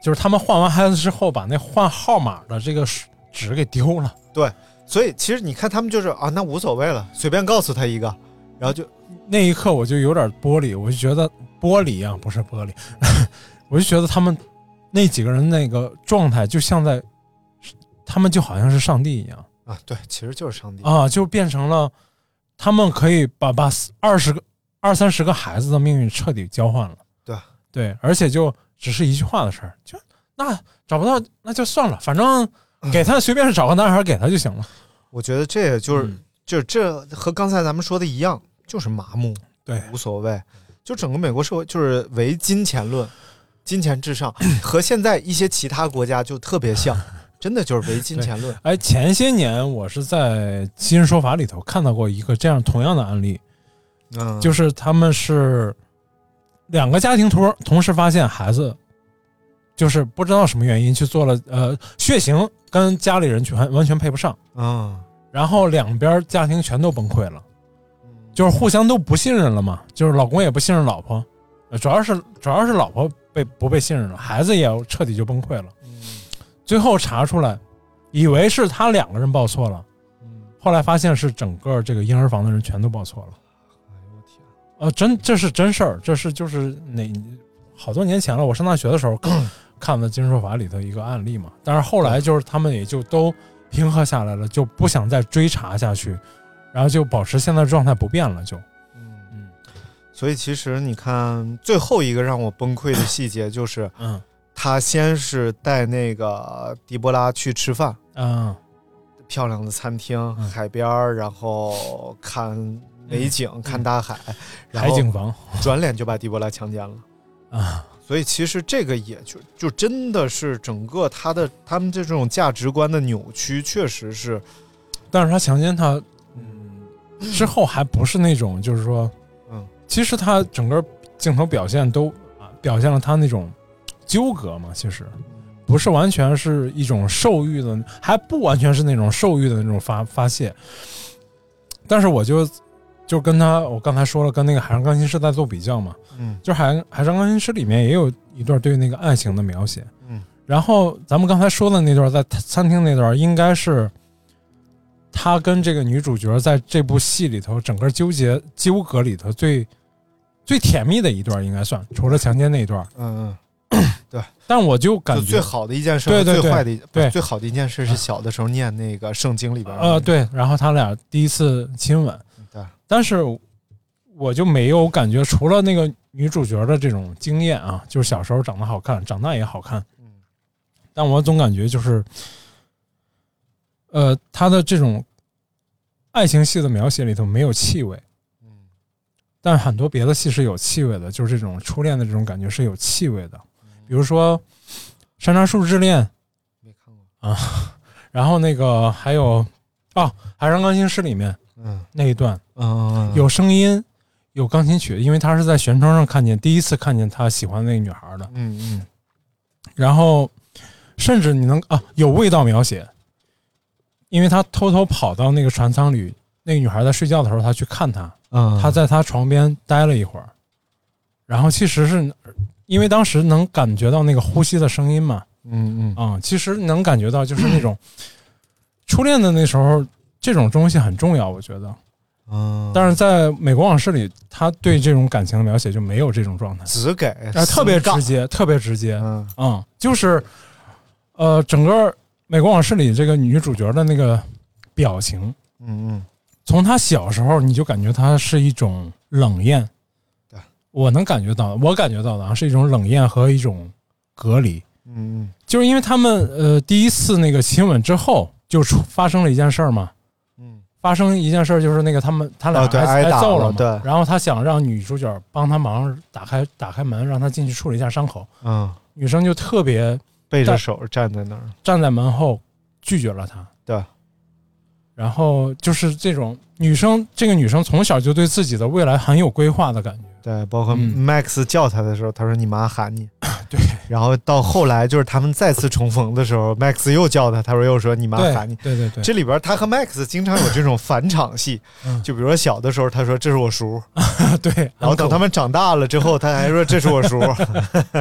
S2: 就是他们换完孩子之后，把那换号码的这个纸给丢了。
S1: 所以其实你看他们就是啊，那无所谓了，随便告诉他一个，然后就
S2: 那一刻我就有点玻璃，我就觉得玻璃啊，不是玻璃， [laughs] 我就觉得他们那几个人那个状态就像在，他们就好像是上帝一样
S1: 啊，对，其实就是上帝。
S2: 啊，就变成了他们可以把把二十个二三十个孩子的命运彻底交换了。
S1: 对
S2: 对，而且就只是一句话的事儿，就那找不到那就算了，反正给他随便找个男孩给他就行了。
S1: 我觉得这也 [laughs] 就是、
S2: 嗯
S1: 就是这和刚才咱们说的一样，就是麻木，
S2: 对
S1: 无所谓。就整个美国社会就是唯金钱论，金钱至
S2: [clears throat]
S1: 上，和现在一些其他国家就特别
S2: [laughs]
S1: 像，真的就是唯金钱论。
S2: 哎，前些年我是在《今日说法》里头看到过一个这样同样的案例，
S1: 嗯，
S2: 就是他们是两个家庭同同时发现孩子就是不知道什么原因去做了呃血型跟家里人全完全配不上，
S1: 嗯
S2: 然后两边家庭全都崩溃了，就是互相都不信任了嘛，就是老公也不信任老婆，呃主要是主要是老婆被不被信任了，孩子也彻底就崩溃了。
S1: 嗯
S2: 最后查出来，以为是他两个人报错了，
S1: 嗯
S2: 后来发现是整个这个婴儿房的人全都报错了。
S1: 嗯
S2: 呃，真这是真事儿，这是就是哪好多年前了，我上大学的时候
S1: [clears throat]
S2: 看看的《金说法》里头一个案例嘛。但是后来就是他们也就都平和下来了，就不想再追查下去，然后就保持现在状态不变了，就
S1: 嗯，所以其实你看最后一个让我崩溃的细节就是，
S2: 嗯
S1: 他先是带那个迪波拉去吃饭，
S2: 嗯
S1: 漂亮的餐厅、
S2: 嗯
S1: 海边儿，然后看美景、看大海，然
S2: 嗯海
S1: 后
S2: 景房
S1: 转脸就把迪波拉强奸了。
S2: 啊，
S1: 所以其实这个也就就真的是整个他的他们这种价值观的扭曲，确实是
S2: 但是他强奸他，嗯，之后还不是那种，就是说，
S1: 嗯，
S2: 其实他整个镜头表现都啊表现了他那种纠葛嘛，其实不是完全是一种兽欲的，还不完全是那种兽欲的那种发发泄。但是我就就跟他，我刚才说了，跟那个《海上钢琴师》在做比较嘛，
S1: 嗯
S2: 就是海《海上钢琴师》里面也有一段对那个爱情的描写，
S1: 嗯，
S2: 然后咱们刚才说的那段在餐厅那段，应该是他跟这个女主角在这部戏里头整个纠结纠葛里头最最甜蜜的一段，应该算除了强奸那一段。
S1: 嗯，
S2: 但我就
S1: 嗯
S2: 感
S1: 就
S2: 觉
S1: 最好的一件事，
S2: 对对对
S1: 最坏的一
S2: 对
S1: 最好的一件事是小的时候念那个圣经里边嗯
S2: 呃，对，然后他俩第一次亲吻，
S1: 对
S2: 但是我就没有感觉，除了那个女主角的这种经验啊，就是小时候长得好看，长大也好看，
S1: 嗯
S2: 但我总感觉就是，呃，他的这种爱情戏的描写里头没有气味，
S1: 嗯
S2: 但很多别的戏是有气味的，就是这种初恋的这种感觉是有气味的，
S1: 嗯
S2: 比如说《山楂树之恋》，啊
S1: 没看过，
S2: [laughs] 然后那个还有啊，《海上钢琴师》里面
S1: 嗯
S2: 那一段。
S1: 嗯
S2: 有声音，有钢琴曲，因为他是在舷窗上看见，第一次看见他喜欢那个女孩的。
S1: 嗯嗯
S2: 然后，甚至你能啊，有味道描写，因为他偷偷跑到那个船舱里，那个女孩在睡觉的时候，他去看她，
S1: 嗯，
S2: 他在她床边待了一会儿，然后其实是因为当时能感觉到那个呼吸的声音嘛，
S1: 嗯嗯
S2: 啊、其实能感觉到就是那
S1: [laughs]
S2: 种初恋的那时候，这种东西很重要，我觉得。
S1: 嗯，
S2: 但是在美国往事里，他对这种感情的描写就没有这种状态，
S1: 只给
S2: 呃，特别直
S1: 杠，
S2: 接，特别直接，
S1: 哎嗯
S2: 嗯，就是，呃，整个美国往事里这个女主角的那个表情，
S1: 嗯嗯
S2: 从她小时候你就感觉她是一种冷艳
S1: 对，
S2: 我能感觉到，我感觉到的啊，是一种冷艳和一种隔离，
S1: 嗯嗯
S2: 就是因为他们呃第一次那个亲吻之后，就出发生了一件事儿嘛，
S1: 嗯
S2: 发生一件事儿，就是那个他们他俩
S1: 啊对
S2: 挨
S1: 挨打
S2: 揍
S1: 了
S2: 嘛，
S1: 对
S2: 然后他想让女主角帮他忙打开打开门，让他进去处理一下伤口。
S1: 嗯，
S2: 女生就特别
S1: 背着
S2: 但
S1: 手站在那儿，
S2: 站在门后拒绝了他。
S1: 对。
S2: 然后就是这种女生，这个女生从小就对自己的未来很有规划的感觉。
S1: 对，包括
S2: 嗯
S1: Max 叫他的时候，他说你妈喊你，
S2: 对
S1: 然后到后来就是他们再次重逢的时
S2: [laughs]
S1: 候，Max 又叫他，他说又说你妈
S2: 对
S1: 喊你。
S2: 对对对，
S1: 这里边他和 Max 经常有这种返场戏，
S2: 嗯
S1: 就比如说小的时候他说这是我叔，
S2: 对，
S1: [laughs] 然后等他
S2: 们
S1: 们长大了之后他还说这是我叔。
S2: [laughs]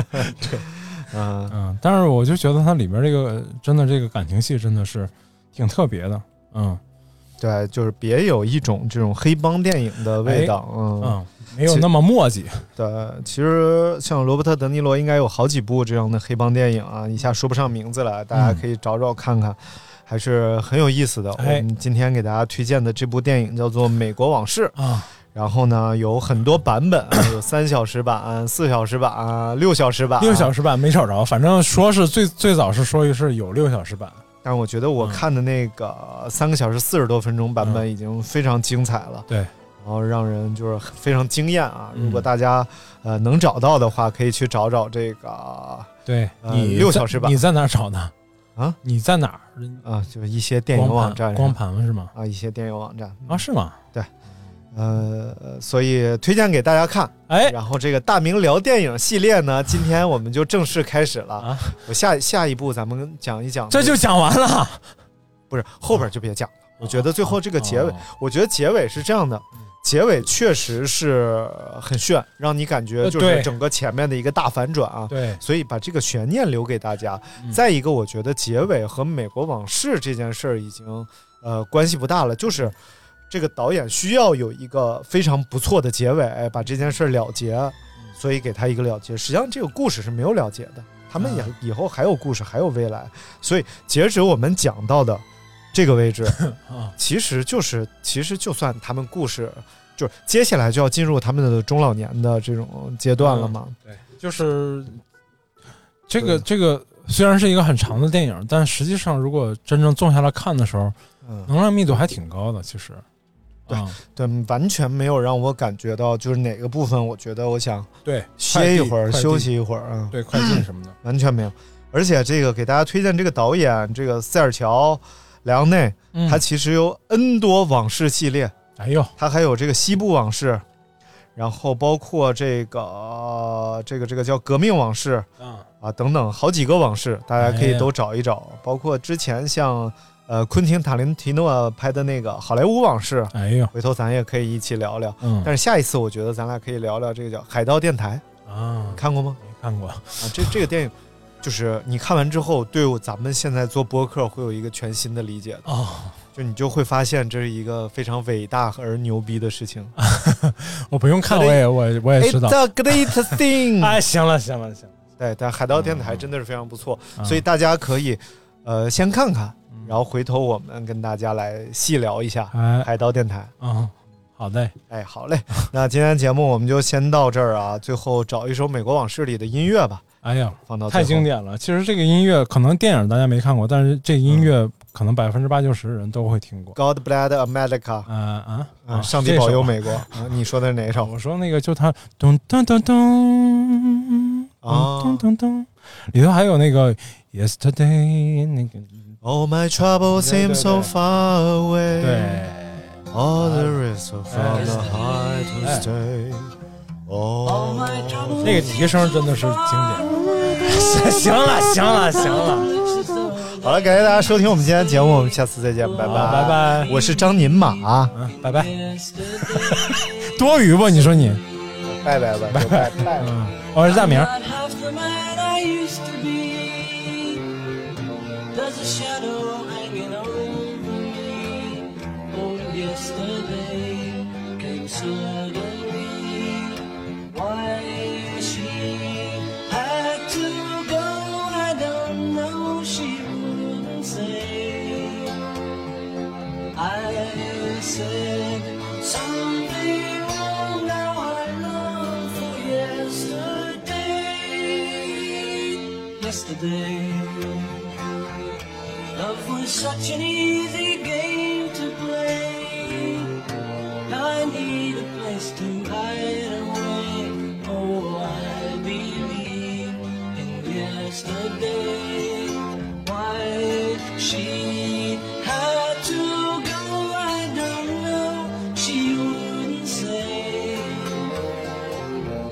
S1: 嗯，
S2: 嗯，但是我就觉得它里边这个真的这个感情戏真的是挺特别的，嗯
S1: 对，就是别有一种这种黑帮电影的味道。嗯，
S2: 嗯，没有那么墨迹，
S1: 对，其实像罗伯特·德尼罗应该有好几部这样的黑帮电影啊，
S2: 嗯
S1: 一下说不上名字来，大家可以找找看看，还是很有意思的。我
S2: 哎
S1: 们今天给大家推荐的这部电影叫做《美国往事》。
S2: 啊，
S1: 然后呢，有很多版
S2: [coughs]
S1: 本，有三小时版、四小时版、六小时版。
S2: 六小
S1: 时，
S2: 时版没找着，反正说是最最早是说是有六小时版，
S1: 但是我觉得我
S2: 嗯
S1: 看的那个三个小时四十多分钟版本已经非常精彩了。
S2: 对，
S1: 然后让人就是非常惊艳啊！
S2: 嗯
S1: 如果大家呃能找到的话，可以去找找这个啊、
S2: 对
S1: 呃
S2: 你
S1: 六
S2: 在
S1: 小时版
S2: 你在哪儿找的
S1: 啊？
S2: 你在哪儿？
S1: 呃就是一些电影网站
S2: 光
S1: 上
S2: 盘光盘是吗？
S1: 啊，一些电影网站
S2: 啊，是吗？
S1: 呃，所以推荐给大家看。
S2: 哎，
S1: 然后这个大明聊电影系列呢，今天我们就正式开始了。
S2: 啊
S1: 我下下一步咱们讲一讲，
S2: 这就讲完了。
S1: 不是后
S2: 啊
S1: 边就别讲了。我觉得最后这个结尾
S2: 哦，
S1: 我觉得结尾是这样的，
S2: 嗯
S1: 结尾确实是很炫，让你感觉
S2: 呃
S1: 就
S2: 对
S1: 是整个前面的一个大反转啊。
S2: 对，
S1: 所以把这个悬念留给大家。
S2: 嗯
S1: 再一个，我觉得结尾和美国往事这件事儿已经呃关系不大了，
S2: 嗯
S1: 就是这个导演需要有一个非常不错的结尾，哎把这件事儿了结，
S2: 嗯
S1: 所以给他一个了结。实际上，这个故事是没有了结的，他们也
S2: 嗯
S1: 以后还有故事，还有未来。所以，截止我们讲到的这个位置，
S2: 啊，
S1: 其实就是，其实就算他们故事。就是接下来就要进入他们的中老年的这种阶段了嘛，
S2: 对，就是这个这个虽然是一个很长的电影，但实际上如果真正坐下来看的时候，
S1: 嗯，
S2: 能量密度还挺高的。其实，
S1: 对
S2: 啊
S1: 对，完全没有让我感觉到就是哪个部分，我觉得我想
S2: 对，
S1: 歇一会儿、
S2: 快递
S1: 休，息一会儿啊
S2: 快递，对，快进什么的，
S1: 完全没有。而且这个给大家推荐这个导演，这个塞尔乔·莱昂内，
S2: 嗯
S1: 他其实有 N 多往事系列，
S2: 哎呦，
S1: 他还有这个西部往事，然后包括这个、呃这个这个叫革命往事
S2: 嗯
S1: 啊等等好几个往事，大家可
S2: 哎
S1: 以
S2: 呀
S1: 都找一找，包括之前像呃昆汀·塔伦提诺拍的那个《好莱坞往事》，
S2: 哎呦，
S1: 回头咱也可以一起聊聊。
S2: 嗯
S1: 但是下一次，我觉得咱俩可以聊聊这个叫《海盗电台》，
S2: 啊，
S1: 看过吗？
S2: 没看过，
S1: 啊，这这个电影，就是你看完之后，对我咱们现在做播客会有一个全新的理解的，
S2: 哦，
S1: 就你就会发现这是一个非常伟大而牛逼的事情。
S2: 我不用看，我也我也我也
S1: It's
S2: 知道。
S1: a great thing
S2: 哎，行了行了行了，
S1: 对，但海盗电台真的是非常不错，
S2: 嗯
S1: 所以大家可以呃先看看，
S2: 嗯
S1: 然后回头我们跟大家来细聊一下
S2: 哎，
S1: 海盗电台。
S2: 嗯，好嘞，
S1: 哎，好嘞，
S2: 嗯 [laughs]
S1: 那今天节目我们就先到这儿啊，最后找一首《美国往事》里的音乐吧，
S2: 哎呀，
S1: 放到最
S2: 太
S1: 后
S2: 经典了！其实这个音乐，可能电影大家没看过，但是这音乐可能百分之八九十人都会听过。
S1: God bless America，、
S2: 啊啊
S1: 啊，上帝保佑！
S2: 这
S1: 美国。啊、你说的是哪一
S2: 首 [laughs]
S1: 首
S2: 我说那个就他咚咚咚咚
S1: 啊
S2: 咚咚咚，里头还有那个 Yesterday 那个
S1: ？All 哦 my troubles seem so far
S2: 对
S1: away. All the rest are from the high to stay. Oh. All my troubles.
S2: 那个提声真的是经典。 [laughs] 行了行了行了，
S1: 好了，感谢大家收听我们今天的节目，我们下次再见，拜拜
S2: 好拜拜
S1: 我是张宁啊马，
S2: 嗯，拜拜。多余不？你说你？
S1: 拜拜拜拜拜拜。
S2: 嗯，我是大明儿。Oh,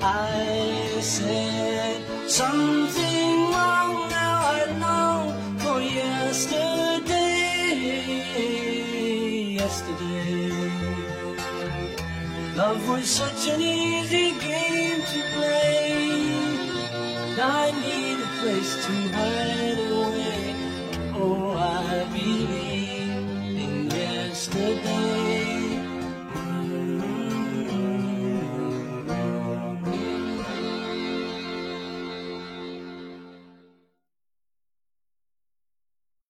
S2: Oh,
S3: I said
S2: Something wrong now I know for yesterday, yesterday. Love was such an easy game to play. I need a place to hide away. Oh, I believe.